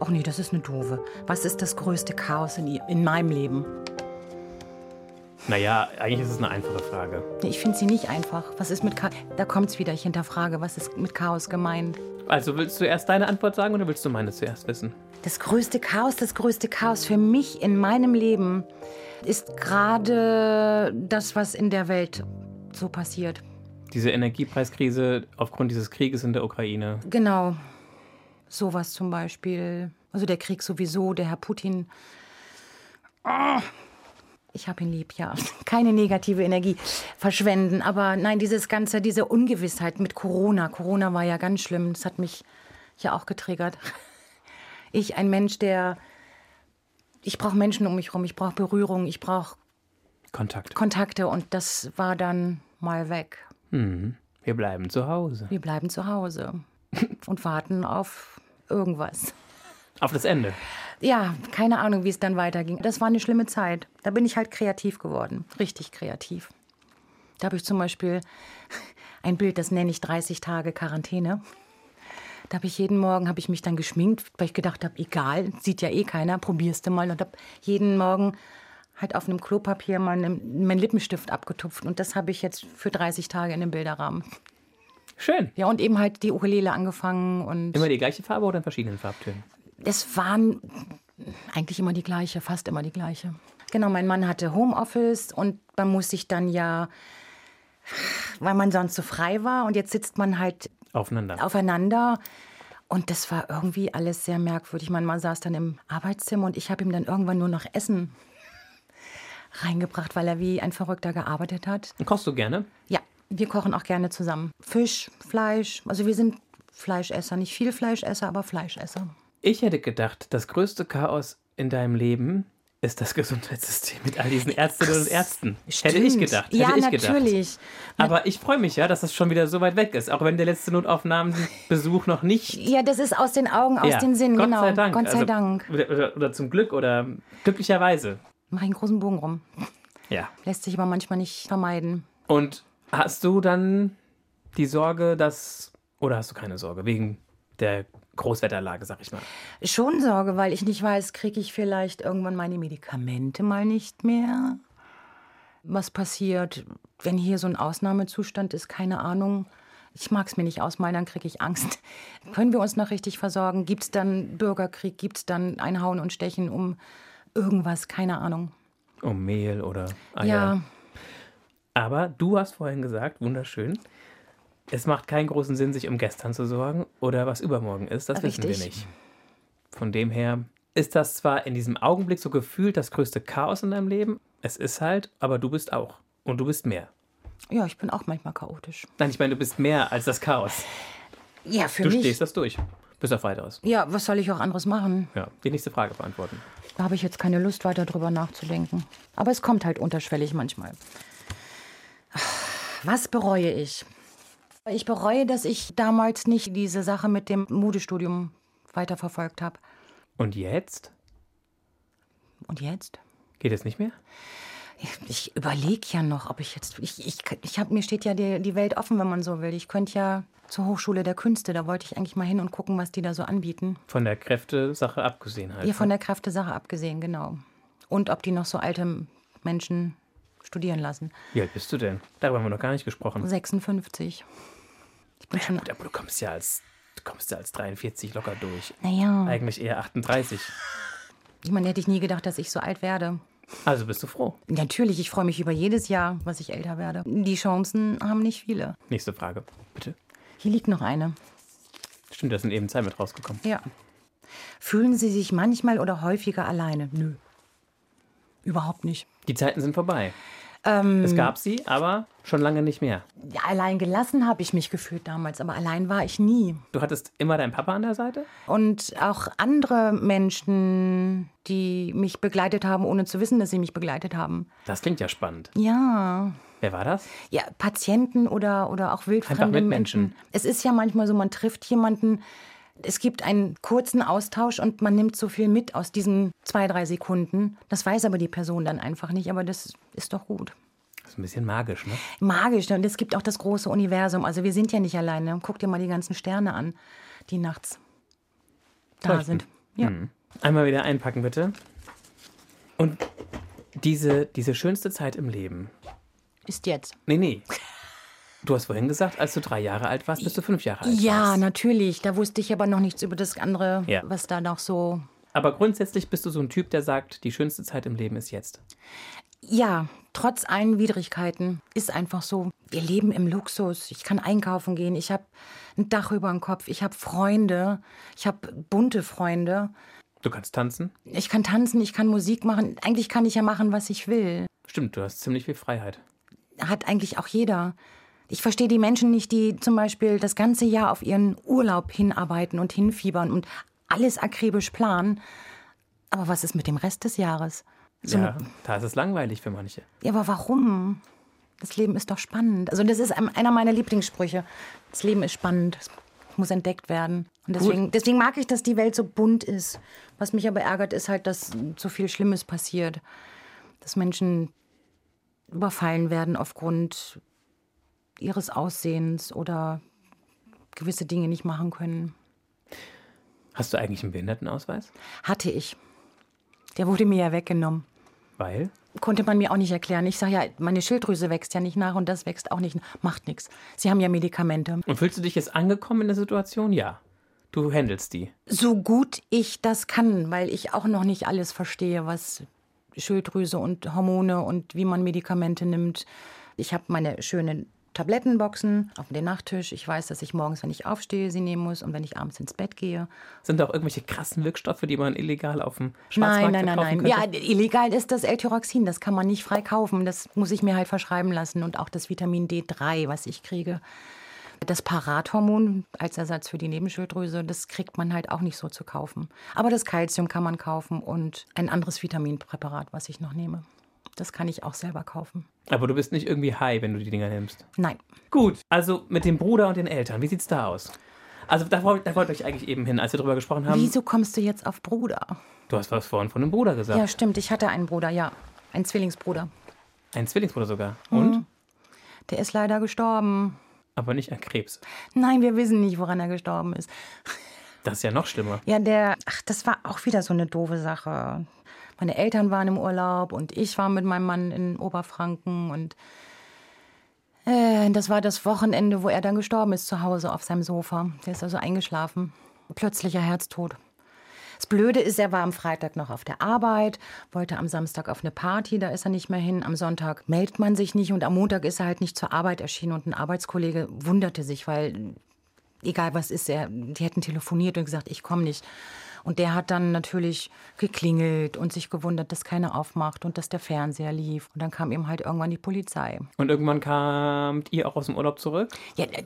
Speaker 2: Ach nee, das ist eine doofe. Was ist das größte Chaos in, i- in meinem Leben?
Speaker 3: Naja, eigentlich ist es eine einfache Frage.
Speaker 2: Ich finde sie nicht einfach. Was ist mit Chaos? Da kommt's wieder. Ich hinterfrage, was ist mit Chaos gemeint?
Speaker 3: Also willst du erst deine Antwort sagen oder willst du meine zuerst wissen?
Speaker 2: Das größte Chaos, das größte Chaos für mich in meinem Leben ist gerade das, was in der Welt so passiert.
Speaker 3: Diese Energiepreiskrise aufgrund dieses Krieges in der Ukraine.
Speaker 2: Genau. Sowas zum Beispiel. Also der Krieg sowieso, der Herr Putin. Ah. Ich habe ihn lieb, ja. Keine negative Energie verschwenden. Aber nein, dieses Ganze, diese Ungewissheit mit Corona. Corona war ja ganz schlimm. Das hat mich ja auch getriggert. Ich, ein Mensch, der. Ich brauche Menschen um mich rum. Ich brauche Berührung. Ich brauche
Speaker 3: Kontakt.
Speaker 2: Kontakte. Und das war dann mal weg.
Speaker 3: Wir bleiben zu Hause.
Speaker 2: Wir bleiben zu Hause und warten auf irgendwas.
Speaker 3: Auf das Ende.
Speaker 2: Ja, keine Ahnung, wie es dann weiterging. Das war eine schlimme Zeit. Da bin ich halt kreativ geworden. Richtig kreativ. Da habe ich zum Beispiel ein Bild, das nenne ich 30 Tage Quarantäne. Da habe ich jeden Morgen, habe ich mich dann geschminkt, weil ich gedacht habe, egal, sieht ja eh keiner, probierst du mal. Und habe jeden Morgen halt auf einem Klopapier mal einen- meinen Lippenstift abgetupft. Und das habe ich jetzt für 30 Tage in dem Bilderrahmen.
Speaker 3: Schön.
Speaker 2: Ja, und eben halt die Ukulele angefangen und...
Speaker 3: Immer die gleiche Farbe oder in verschiedenen Farbtönen?
Speaker 2: Es waren eigentlich immer die gleiche, fast immer die gleiche. Genau, mein Mann hatte Homeoffice und man muss sich dann ja, weil man sonst so frei war und jetzt sitzt man halt
Speaker 3: Aufeinander.
Speaker 2: aufeinander. Und das war irgendwie alles sehr merkwürdig. Mein Mann saß dann im Arbeitszimmer und ich habe ihm dann irgendwann nur noch Essen reingebracht, weil er wie ein Verrückter gearbeitet hat.
Speaker 3: Und kochst du gerne?
Speaker 2: Ja, wir kochen auch gerne zusammen. Fisch, Fleisch. Also wir sind Fleischesser. Nicht viel Fleischesser, aber Fleischesser.
Speaker 3: Ich hätte gedacht, das größte Chaos in deinem Leben ist das Gesundheitssystem mit all diesen Ärztinnen und Ärzten. Hätte ich
Speaker 2: Stimmt.
Speaker 3: gedacht. Hätte
Speaker 2: ja,
Speaker 3: ich gedacht.
Speaker 2: natürlich.
Speaker 3: Aber ich freue mich ja, dass das schon wieder so weit weg ist, auch wenn der letzte Notaufnahmenbesuch noch nicht.
Speaker 2: Ja, das ist aus den Augen, aus
Speaker 3: Ja,
Speaker 2: den Sinnen,
Speaker 3: Gott
Speaker 2: genau.
Speaker 3: Sei Dank.
Speaker 2: Gott sei
Speaker 3: also,
Speaker 2: Dank.
Speaker 3: Oder, oder, oder zum Glück oder glücklicherweise.
Speaker 2: Mach ich einen großen Bogen rum.
Speaker 3: Ja.
Speaker 2: Lässt sich aber manchmal nicht vermeiden.
Speaker 3: Und hast du dann die Sorge, dass. Oder hast du keine Sorge, wegen der Großwetterlage, sag ich mal.
Speaker 2: Schon Sorge, weil ich nicht weiß, kriege ich vielleicht irgendwann meine Medikamente mal nicht mehr? Was passiert? wenn hier so ein Ausnahmezustand ist, keine Ahnung, ich mag es mir nicht ausmalen, dann kriege ich Angst. Können wir uns noch richtig versorgen? Gibt es dann Bürgerkrieg? Gibt es dann ein Hauen und Stechen um irgendwas? Keine Ahnung.
Speaker 3: Um Mehl oder Eier.
Speaker 2: ja.
Speaker 3: Aber du hast vorhin gesagt, wunderschön, es macht keinen großen Sinn, sich um gestern zu sorgen oder was übermorgen ist. Das wissen wir
Speaker 2: Richtig.
Speaker 3: nicht. Von dem her ist das zwar in diesem Augenblick so gefühlt das größte Chaos in deinem Leben. Es ist halt, aber du bist auch. Und du bist mehr.
Speaker 2: ja, ich bin auch manchmal chaotisch.
Speaker 3: Nein, ich meine, du bist mehr als das Chaos.
Speaker 2: Ja, für
Speaker 3: Du
Speaker 2: mich.
Speaker 3: stehst das durch. Bis auf weiteres.
Speaker 2: Ja, was soll ich auch anderes machen?
Speaker 3: Ja. Die nächste Frage beantworten.
Speaker 2: Da habe ich jetzt keine Lust, weiter drüber nachzudenken. Aber es kommt halt unterschwellig manchmal. Was bereue ich? Ich bereue, dass ich damals nicht diese Sache mit dem Modestudium weiterverfolgt habe.
Speaker 3: Und jetzt?
Speaker 2: Und jetzt?
Speaker 3: Geht es nicht mehr?
Speaker 2: Ich überlege ja noch, ob ich jetzt. Ich, ich, ich hab, mir steht ja die, die Welt offen, wenn man so will. Ich könnte ja zur Hochschule der Künste, da wollte ich eigentlich mal hin und gucken, was die da so anbieten.
Speaker 3: Von der Kräftesache abgesehen halt.
Speaker 2: Ja, von der Kraft der Sache abgesehen, genau. Und ob die noch so alte Menschen studieren lassen.
Speaker 3: ne? Wie alt bist du denn? Darüber haben wir noch gar nicht gesprochen.
Speaker 2: 56. Ich bin schon.
Speaker 3: Aber du kommst ja als, du kommst ja als 43 locker durch.
Speaker 2: Naja,
Speaker 3: Eigentlich eher 38.
Speaker 2: ich meine, hätte ich nie gedacht, dass ich so alt werde.
Speaker 3: Also bist du froh.
Speaker 2: Natürlich, ich freue mich über jedes Jahr, was ich älter werde. Die Chancen haben nicht viele.
Speaker 3: Nächste Frage. Bitte.
Speaker 2: Hier liegt noch eine.
Speaker 3: Stimmt, da sind eben zwei mit rausgekommen.
Speaker 2: Ja. Fühlen Sie sich manchmal oder häufiger alleine? Nö. Überhaupt nicht.
Speaker 3: Die Zeiten sind vorbei.
Speaker 2: Ähm,
Speaker 3: Es gab sie, aber schon lange nicht mehr.
Speaker 2: ja, allein gelassen habe ich mich gefühlt damals, aber allein war ich nie.
Speaker 3: Du hattest immer deinen Papa an der Seite?
Speaker 2: Und auch andere Menschen, die mich begleitet haben, ohne zu wissen, dass sie mich begleitet haben.
Speaker 3: Das klingt ja spannend.
Speaker 2: Ja.
Speaker 3: Wer war das?
Speaker 2: Ja, Patienten oder, oder auch wildfremde
Speaker 3: Einfach Mitmenschen.
Speaker 2: Menschen. Es ist ja manchmal so, man trifft jemanden, es gibt einen kurzen Austausch und man nimmt so viel mit aus diesen zwei, drei Sekunden. Das weiß aber die Person dann einfach nicht, aber das ist doch gut.
Speaker 3: Das ist ein bisschen magisch, ne?
Speaker 2: Magisch, ne? und es gibt auch das große Universum. Also wir sind ja nicht alleine. Guck dir mal die ganzen Sterne an, die nachts da
Speaker 3: Leuchten. Mhm.
Speaker 2: sind. Ja.
Speaker 3: Einmal wieder einpacken, bitte. Und diese, diese schönste Zeit im Leben.
Speaker 2: Ist jetzt.
Speaker 3: Nee, nee. Du hast vorhin gesagt, als du drei Jahre alt warst, bist du fünf Jahre alt.
Speaker 2: Ja,
Speaker 3: warst.
Speaker 2: natürlich. Da wusste ich aber noch nichts über das andere,
Speaker 3: Ja.
Speaker 2: was da noch so.
Speaker 3: Aber grundsätzlich bist du so ein Typ, der sagt, die schönste Zeit im Leben ist jetzt.
Speaker 2: Ja, trotz allen Widrigkeiten ist einfach so. Wir leben im Luxus. Ich kann einkaufen gehen. Ich habe ein Dach über dem Kopf. Ich habe Freunde. Ich habe bunte Freunde.
Speaker 3: Du kannst tanzen.
Speaker 2: Ich kann tanzen. Ich kann Musik machen. Eigentlich kann ich ja machen, was ich will.
Speaker 3: Stimmt, du hast ziemlich viel Freiheit.
Speaker 2: hat eigentlich auch jeder. Ich verstehe die Menschen nicht, die zum Beispiel das ganze Jahr auf ihren Urlaub hinarbeiten und hinfiebern und alles akribisch planen. Aber was ist mit dem Rest des Jahres?
Speaker 3: ja, da ist es langweilig für manche.
Speaker 2: Ja, aber warum? Das Leben ist doch spannend. Also das ist ein- einer meiner Lieblingssprüche. Das Leben ist spannend. Es muss entdeckt werden. Und deswegen, deswegen mag ich, dass die Welt so bunt ist. Was mich aber ärgert, ist halt, dass so viel Schlimmes passiert. Dass Menschen überfallen werden aufgrund ihres Aussehens oder gewisse Dinge nicht machen können.
Speaker 3: Hast du eigentlich einen Behindertenausweis?
Speaker 2: Hatte ich. Der wurde mir ja weggenommen.
Speaker 3: Weil?
Speaker 2: konnte man mir auch nicht erklären. Ich sage ja, meine Schilddrüse wächst ja nicht nach und das wächst auch nicht. nach. Macht nichts. Sie haben ja Medikamente.
Speaker 3: Und fühlst du dich jetzt angekommen in der Situation? Ja. Du handelst die.
Speaker 2: So gut ich das kann, weil ich auch noch nicht alles verstehe, was Schilddrüse und Hormone und wie man Medikamente nimmt. Ich habe meine schönen Tablettenboxen auf dem Nachttisch. Ich weiß, dass ich morgens, wenn ich aufstehe, sie nehmen muss und wenn ich abends ins Bett gehe.
Speaker 3: Sind da auch irgendwelche krassen Wirkstoffe, die man illegal auf dem
Speaker 2: Nein,
Speaker 3: Schwarzmarkt
Speaker 2: nein, nein,
Speaker 3: kaufen
Speaker 2: nein.
Speaker 3: könnte?
Speaker 2: Ja, illegal ist das L-Tyroxin. Das kann man nicht frei kaufen. Das muss ich mir halt verschreiben lassen. Und auch das Vitamin D3, was ich kriege. Das Parathormon als Ersatz für die Nebenschilddrüse, das kriegt man halt auch nicht so zu kaufen. Aber das Calcium kann man kaufen und ein anderes Vitaminpräparat, was ich noch nehme. Das kann ich auch selber kaufen.
Speaker 3: Aber du bist nicht irgendwie high, wenn du die Dinger nimmst.
Speaker 2: Nein.
Speaker 3: Gut, also mit dem Bruder und den Eltern, wie sieht's da aus? Also da, woll- da wollte ich eigentlich eben hin, als wir drüber gesprochen haben.
Speaker 2: Wieso kommst du jetzt auf Bruder?
Speaker 3: Du hast was vorhin von dem Bruder gesagt.
Speaker 2: Ja, stimmt. Ich hatte einen Bruder, ja. Einen Zwillingsbruder.
Speaker 3: Ein Zwillingsbruder sogar.
Speaker 2: Mhm.
Speaker 3: Und?
Speaker 2: Der ist leider gestorben.
Speaker 3: Aber nicht an Krebs.
Speaker 2: Nein, wir wissen nicht, woran er gestorben ist.
Speaker 3: Das ist ja noch schlimmer.
Speaker 2: Ja, der, ach, das war auch wieder so eine doofe Sache. Meine Eltern waren im Urlaub und ich war mit meinem Mann in Oberfranken und Äh, das war das Wochenende, wo er dann gestorben ist zu Hause auf seinem Sofa. Der ist also eingeschlafen. Plötzlicher Herztod. Das Blöde ist, er war am Freitag noch auf der Arbeit, wollte am Samstag auf eine Party, da ist er nicht mehr hin. Am Sonntag meldet man sich nicht und am Montag ist er halt nicht zur Arbeit erschienen und ein Arbeitskollege wunderte sich, weil egal was ist, er, die hätten telefoniert und gesagt, ich komme nicht. Und der hat dann natürlich geklingelt und sich gewundert, dass keiner aufmacht und dass der Fernseher lief. Und dann kam eben halt irgendwann die Polizei.
Speaker 3: Und irgendwann kamt ihr auch aus dem Urlaub zurück?
Speaker 2: Ja, äh,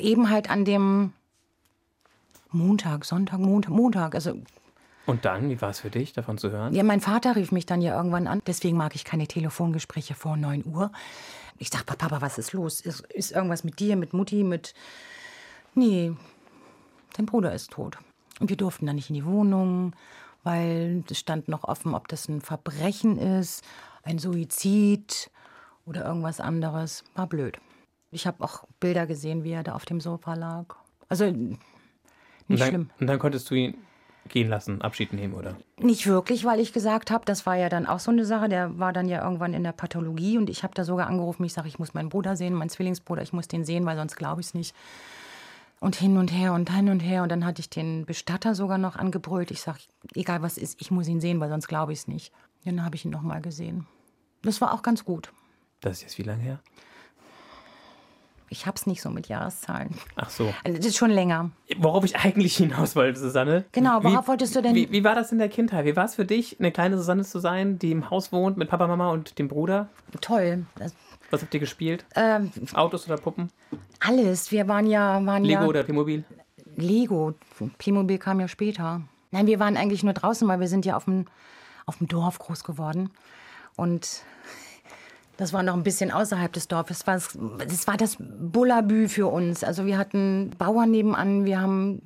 Speaker 2: eben halt an dem Montag, Sonntag, Montag, Montag. Also
Speaker 3: Und dann, wie war es für dich, davon zu hören?
Speaker 2: Ja, mein Vater rief mich dann ja irgendwann an. Deswegen mag ich keine Telefongespräche vor 9 Uhr. Ich sag, Papa, was ist los? Ist, ist irgendwas mit dir, mit Mutti, mit... Nee, dein Bruder ist tot. Und wir durften dann nicht in die Wohnung, weil es stand noch offen, ob das ein Verbrechen ist, ein Suizid oder irgendwas anderes. War blöd. Ich habe auch Bilder gesehen, wie er da auf dem Sofa lag. Also nicht
Speaker 3: und dann,
Speaker 2: schlimm.
Speaker 3: Und dann konntest du ihn gehen lassen, Abschied nehmen, oder?
Speaker 2: Nicht wirklich, weil ich gesagt habe, das war ja dann auch so eine Sache. Der war dann ja irgendwann in der Pathologie und ich habe da sogar angerufen. Ich sage, ich muss meinen Bruder sehen, meinen Zwillingsbruder, ich muss den sehen, weil sonst glaube ich es nicht. Und hin und her und hin und her. Und dann hatte ich den Bestatter sogar noch angebrüllt. Ich sage, egal was ist, ich muss ihn sehen, weil sonst glaube ich es nicht. Dann habe ich ihn nochmal gesehen. Das war auch ganz gut.
Speaker 3: Das ist jetzt wie lange her?
Speaker 2: Ich hab's nicht so mit Jahreszahlen.
Speaker 3: Ach so.
Speaker 2: Also, Das ist schon länger.
Speaker 3: Worauf ich eigentlich hinaus wollte, Susanne.
Speaker 2: Genau,
Speaker 3: Wie-
Speaker 2: worauf wolltest du denn-
Speaker 3: Wie, wie war das in der Kindheit? Wie war es für dich, eine kleine Susanne zu sein, die im Haus wohnt mit Papa, Mama und dem Bruder?
Speaker 2: Toll. Das,
Speaker 3: Was habt ihr gespielt?
Speaker 2: ähm,
Speaker 3: Autos oder Puppen?
Speaker 2: alles. Wir waren ja. Waren
Speaker 3: Lego
Speaker 2: ja,
Speaker 3: oder Playmobil?
Speaker 2: Lego. Playmobil kam ja später. Nein, wir waren eigentlich nur draußen, weil wir sind ja auf dem, auf dem Dorf groß geworden. Und das war noch ein bisschen außerhalb des Dorfes. Das war das, das, war das Bullabü für uns. Also wir hatten Bauern nebenan, wir haben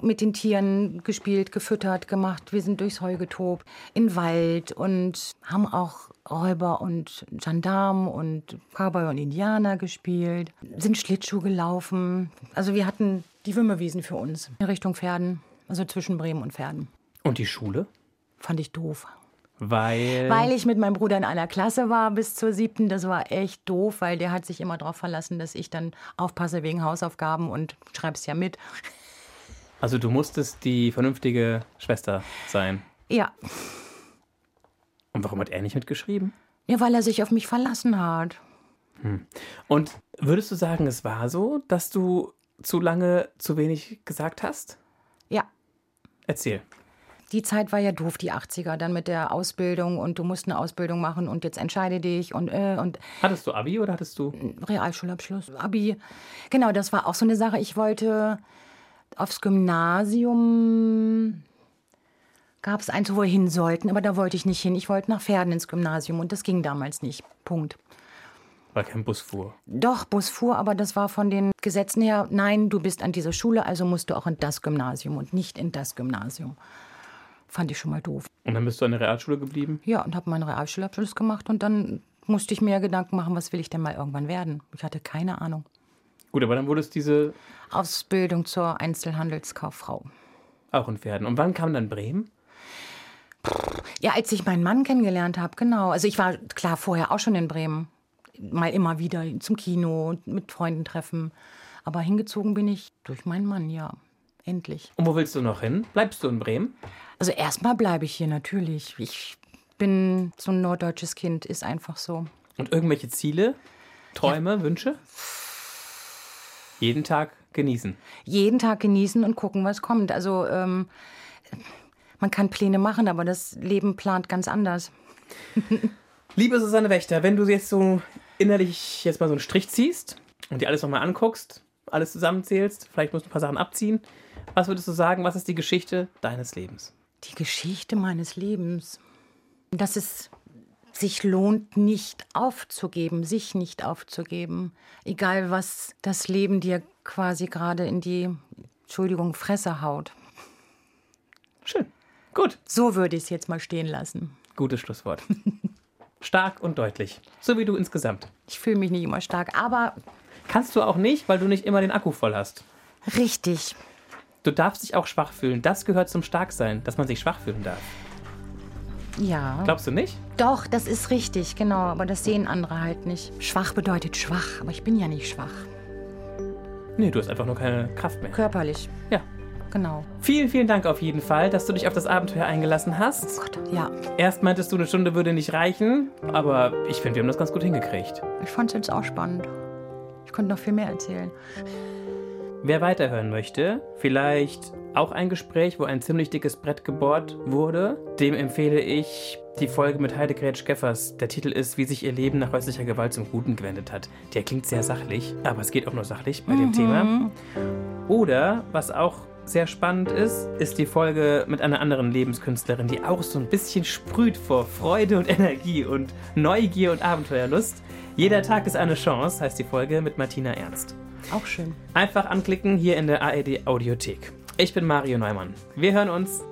Speaker 2: mit den Tieren gespielt, gefüttert, gemacht. Wir sind durchs Heu getobt, in den Wald und haben auch Räuber und Gendarmen und Cowboy und Indianer gespielt, sind Schlittschuh gelaufen. Also wir hatten die Wümmewiesen für uns in Richtung Pferden, also zwischen Bremen und Pferden.
Speaker 3: Und die Schule?
Speaker 2: Fand ich doof.
Speaker 3: Weil.
Speaker 2: Weil ich mit meinem Bruder in einer Klasse war bis zur siebten, das war echt doof, weil der hat sich immer darauf verlassen, dass ich dann aufpasse wegen Hausaufgaben und schreib's ja mit.
Speaker 3: Also du musstest die vernünftige Schwester sein.
Speaker 2: Ja.
Speaker 3: Und warum hat er nicht mitgeschrieben?
Speaker 2: Ja, weil er sich auf mich verlassen hat.
Speaker 3: Und würdest du sagen, es war so, dass du zu lange zu wenig gesagt hast?
Speaker 2: Ja.
Speaker 3: Erzähl.
Speaker 2: Die Zeit war ja doof, die 80er, dann mit der Ausbildung und du musst eine Ausbildung machen und jetzt entscheide dich und äh, und
Speaker 3: Hattest du Abi oder hattest du.
Speaker 2: Realschulabschluss, Abi. Genau, das war auch so eine Sache. Ich wollte aufs Gymnasium. Gab es eins, wo wir hin sollten, aber da wollte ich nicht hin. Ich wollte nach Pferden ins Gymnasium und das ging damals nicht. Punkt.
Speaker 3: Weil kein Bus fuhr.
Speaker 2: Doch, Bus fuhr, aber das war von den Gesetzen her, nein, du bist an dieser Schule, also musst du auch in das Gymnasium und nicht in das Gymnasium. Fand ich schon mal doof.
Speaker 3: Und dann bist du an der Realschule geblieben?
Speaker 2: Ja, und habe meinen Realschulabschluss gemacht und dann musste ich mir Gedanken machen, was will ich denn mal irgendwann werden. Ich hatte keine Ahnung.
Speaker 3: Gut, aber dann wurdest diese
Speaker 2: Ausbildung zur Einzelhandelskauffrau.
Speaker 3: auch in Pferden. Und wann kam dann Bremen?
Speaker 2: Ja, als ich meinen Mann kennengelernt habe, genau. Also ich war klar vorher auch schon in Bremen. Mal immer wieder zum Kino und mit Freunden treffen. Aber hingezogen bin ich durch meinen Mann, ja. Endlich.
Speaker 3: Und wo willst du noch hin? Bleibst du in Bremen?
Speaker 2: Also erstmal bleibe ich hier natürlich. Ich bin so ein norddeutsches Kind, ist einfach so.
Speaker 3: Und irgendwelche Ziele, Träume, Wünsche? Jeden Tag genießen.
Speaker 2: jeden Tag genießen und gucken, was kommt. Also ähm, man kann Pläne machen, aber das Leben plant ganz anders.
Speaker 3: Liebe Susanne Wächter, wenn du jetzt so innerlich jetzt mal so einen Strich ziehst und dir alles nochmal anguckst, alles zusammenzählst, vielleicht musst du ein paar Sachen abziehen, was würdest du sagen, was ist die Geschichte deines Lebens?
Speaker 2: Die Geschichte meines Lebens, dass es sich lohnt, nicht aufzugeben, sich nicht aufzugeben, egal was das Leben dir quasi gerade in die, Entschuldigung, Fresse haut.
Speaker 3: Schön. Gut.
Speaker 2: So würde ich es jetzt mal stehen lassen.
Speaker 3: Gutes Schlusswort. Stark und deutlich. So wie du insgesamt.
Speaker 2: Ich fühle mich nicht immer stark, aber
Speaker 3: Kannst du auch nicht, weil du nicht immer den Akku voll hast.
Speaker 2: richtig.
Speaker 3: Du darfst dich auch schwach fühlen. Das gehört zum Starksein, dass man sich schwach fühlen darf.
Speaker 2: Ja.
Speaker 3: Glaubst du nicht?
Speaker 2: Doch, das ist richtig, genau. Aber das sehen andere halt nicht. Schwach bedeutet schwach, aber ich bin ja nicht schwach.
Speaker 3: Nee, du hast einfach nur keine Kraft mehr.
Speaker 2: Körperlich,
Speaker 3: Ja.
Speaker 2: genau.
Speaker 3: Vielen, vielen Dank auf jeden Fall, dass du dich auf das Abenteuer eingelassen hast.
Speaker 2: Gott, ja.
Speaker 3: Erst meintest du, eine Stunde würde nicht reichen, aber ich finde, wir haben das ganz gut hingekriegt.
Speaker 2: Ich fand es jetzt auch spannend. Ich konnte noch viel mehr erzählen.
Speaker 3: Wer weiterhören möchte, vielleicht auch ein Gespräch, wo ein ziemlich dickes Brett gebohrt wurde, dem empfehle ich die Folge mit Heide Gretsch Geffers. Der Titel ist Wie sich ihr Leben nach häuslicher Gewalt zum Guten gewendet hat. Der klingt sehr sachlich, aber es geht auch nur sachlich bei dem Thema. Oder, was auch sehr spannend ist, ist die Folge mit einer anderen Lebenskünstlerin, die auch so ein bisschen sprüht vor Freude und Energie und Neugier und Abenteuerlust. Jeder Tag ist eine Chance, heißt die Folge mit Martina Ernst.
Speaker 2: Auch schön.
Speaker 3: E Einfach anklicken hier in der ARD Audiothek. Ich bin Mario Neumann. Wir hören uns.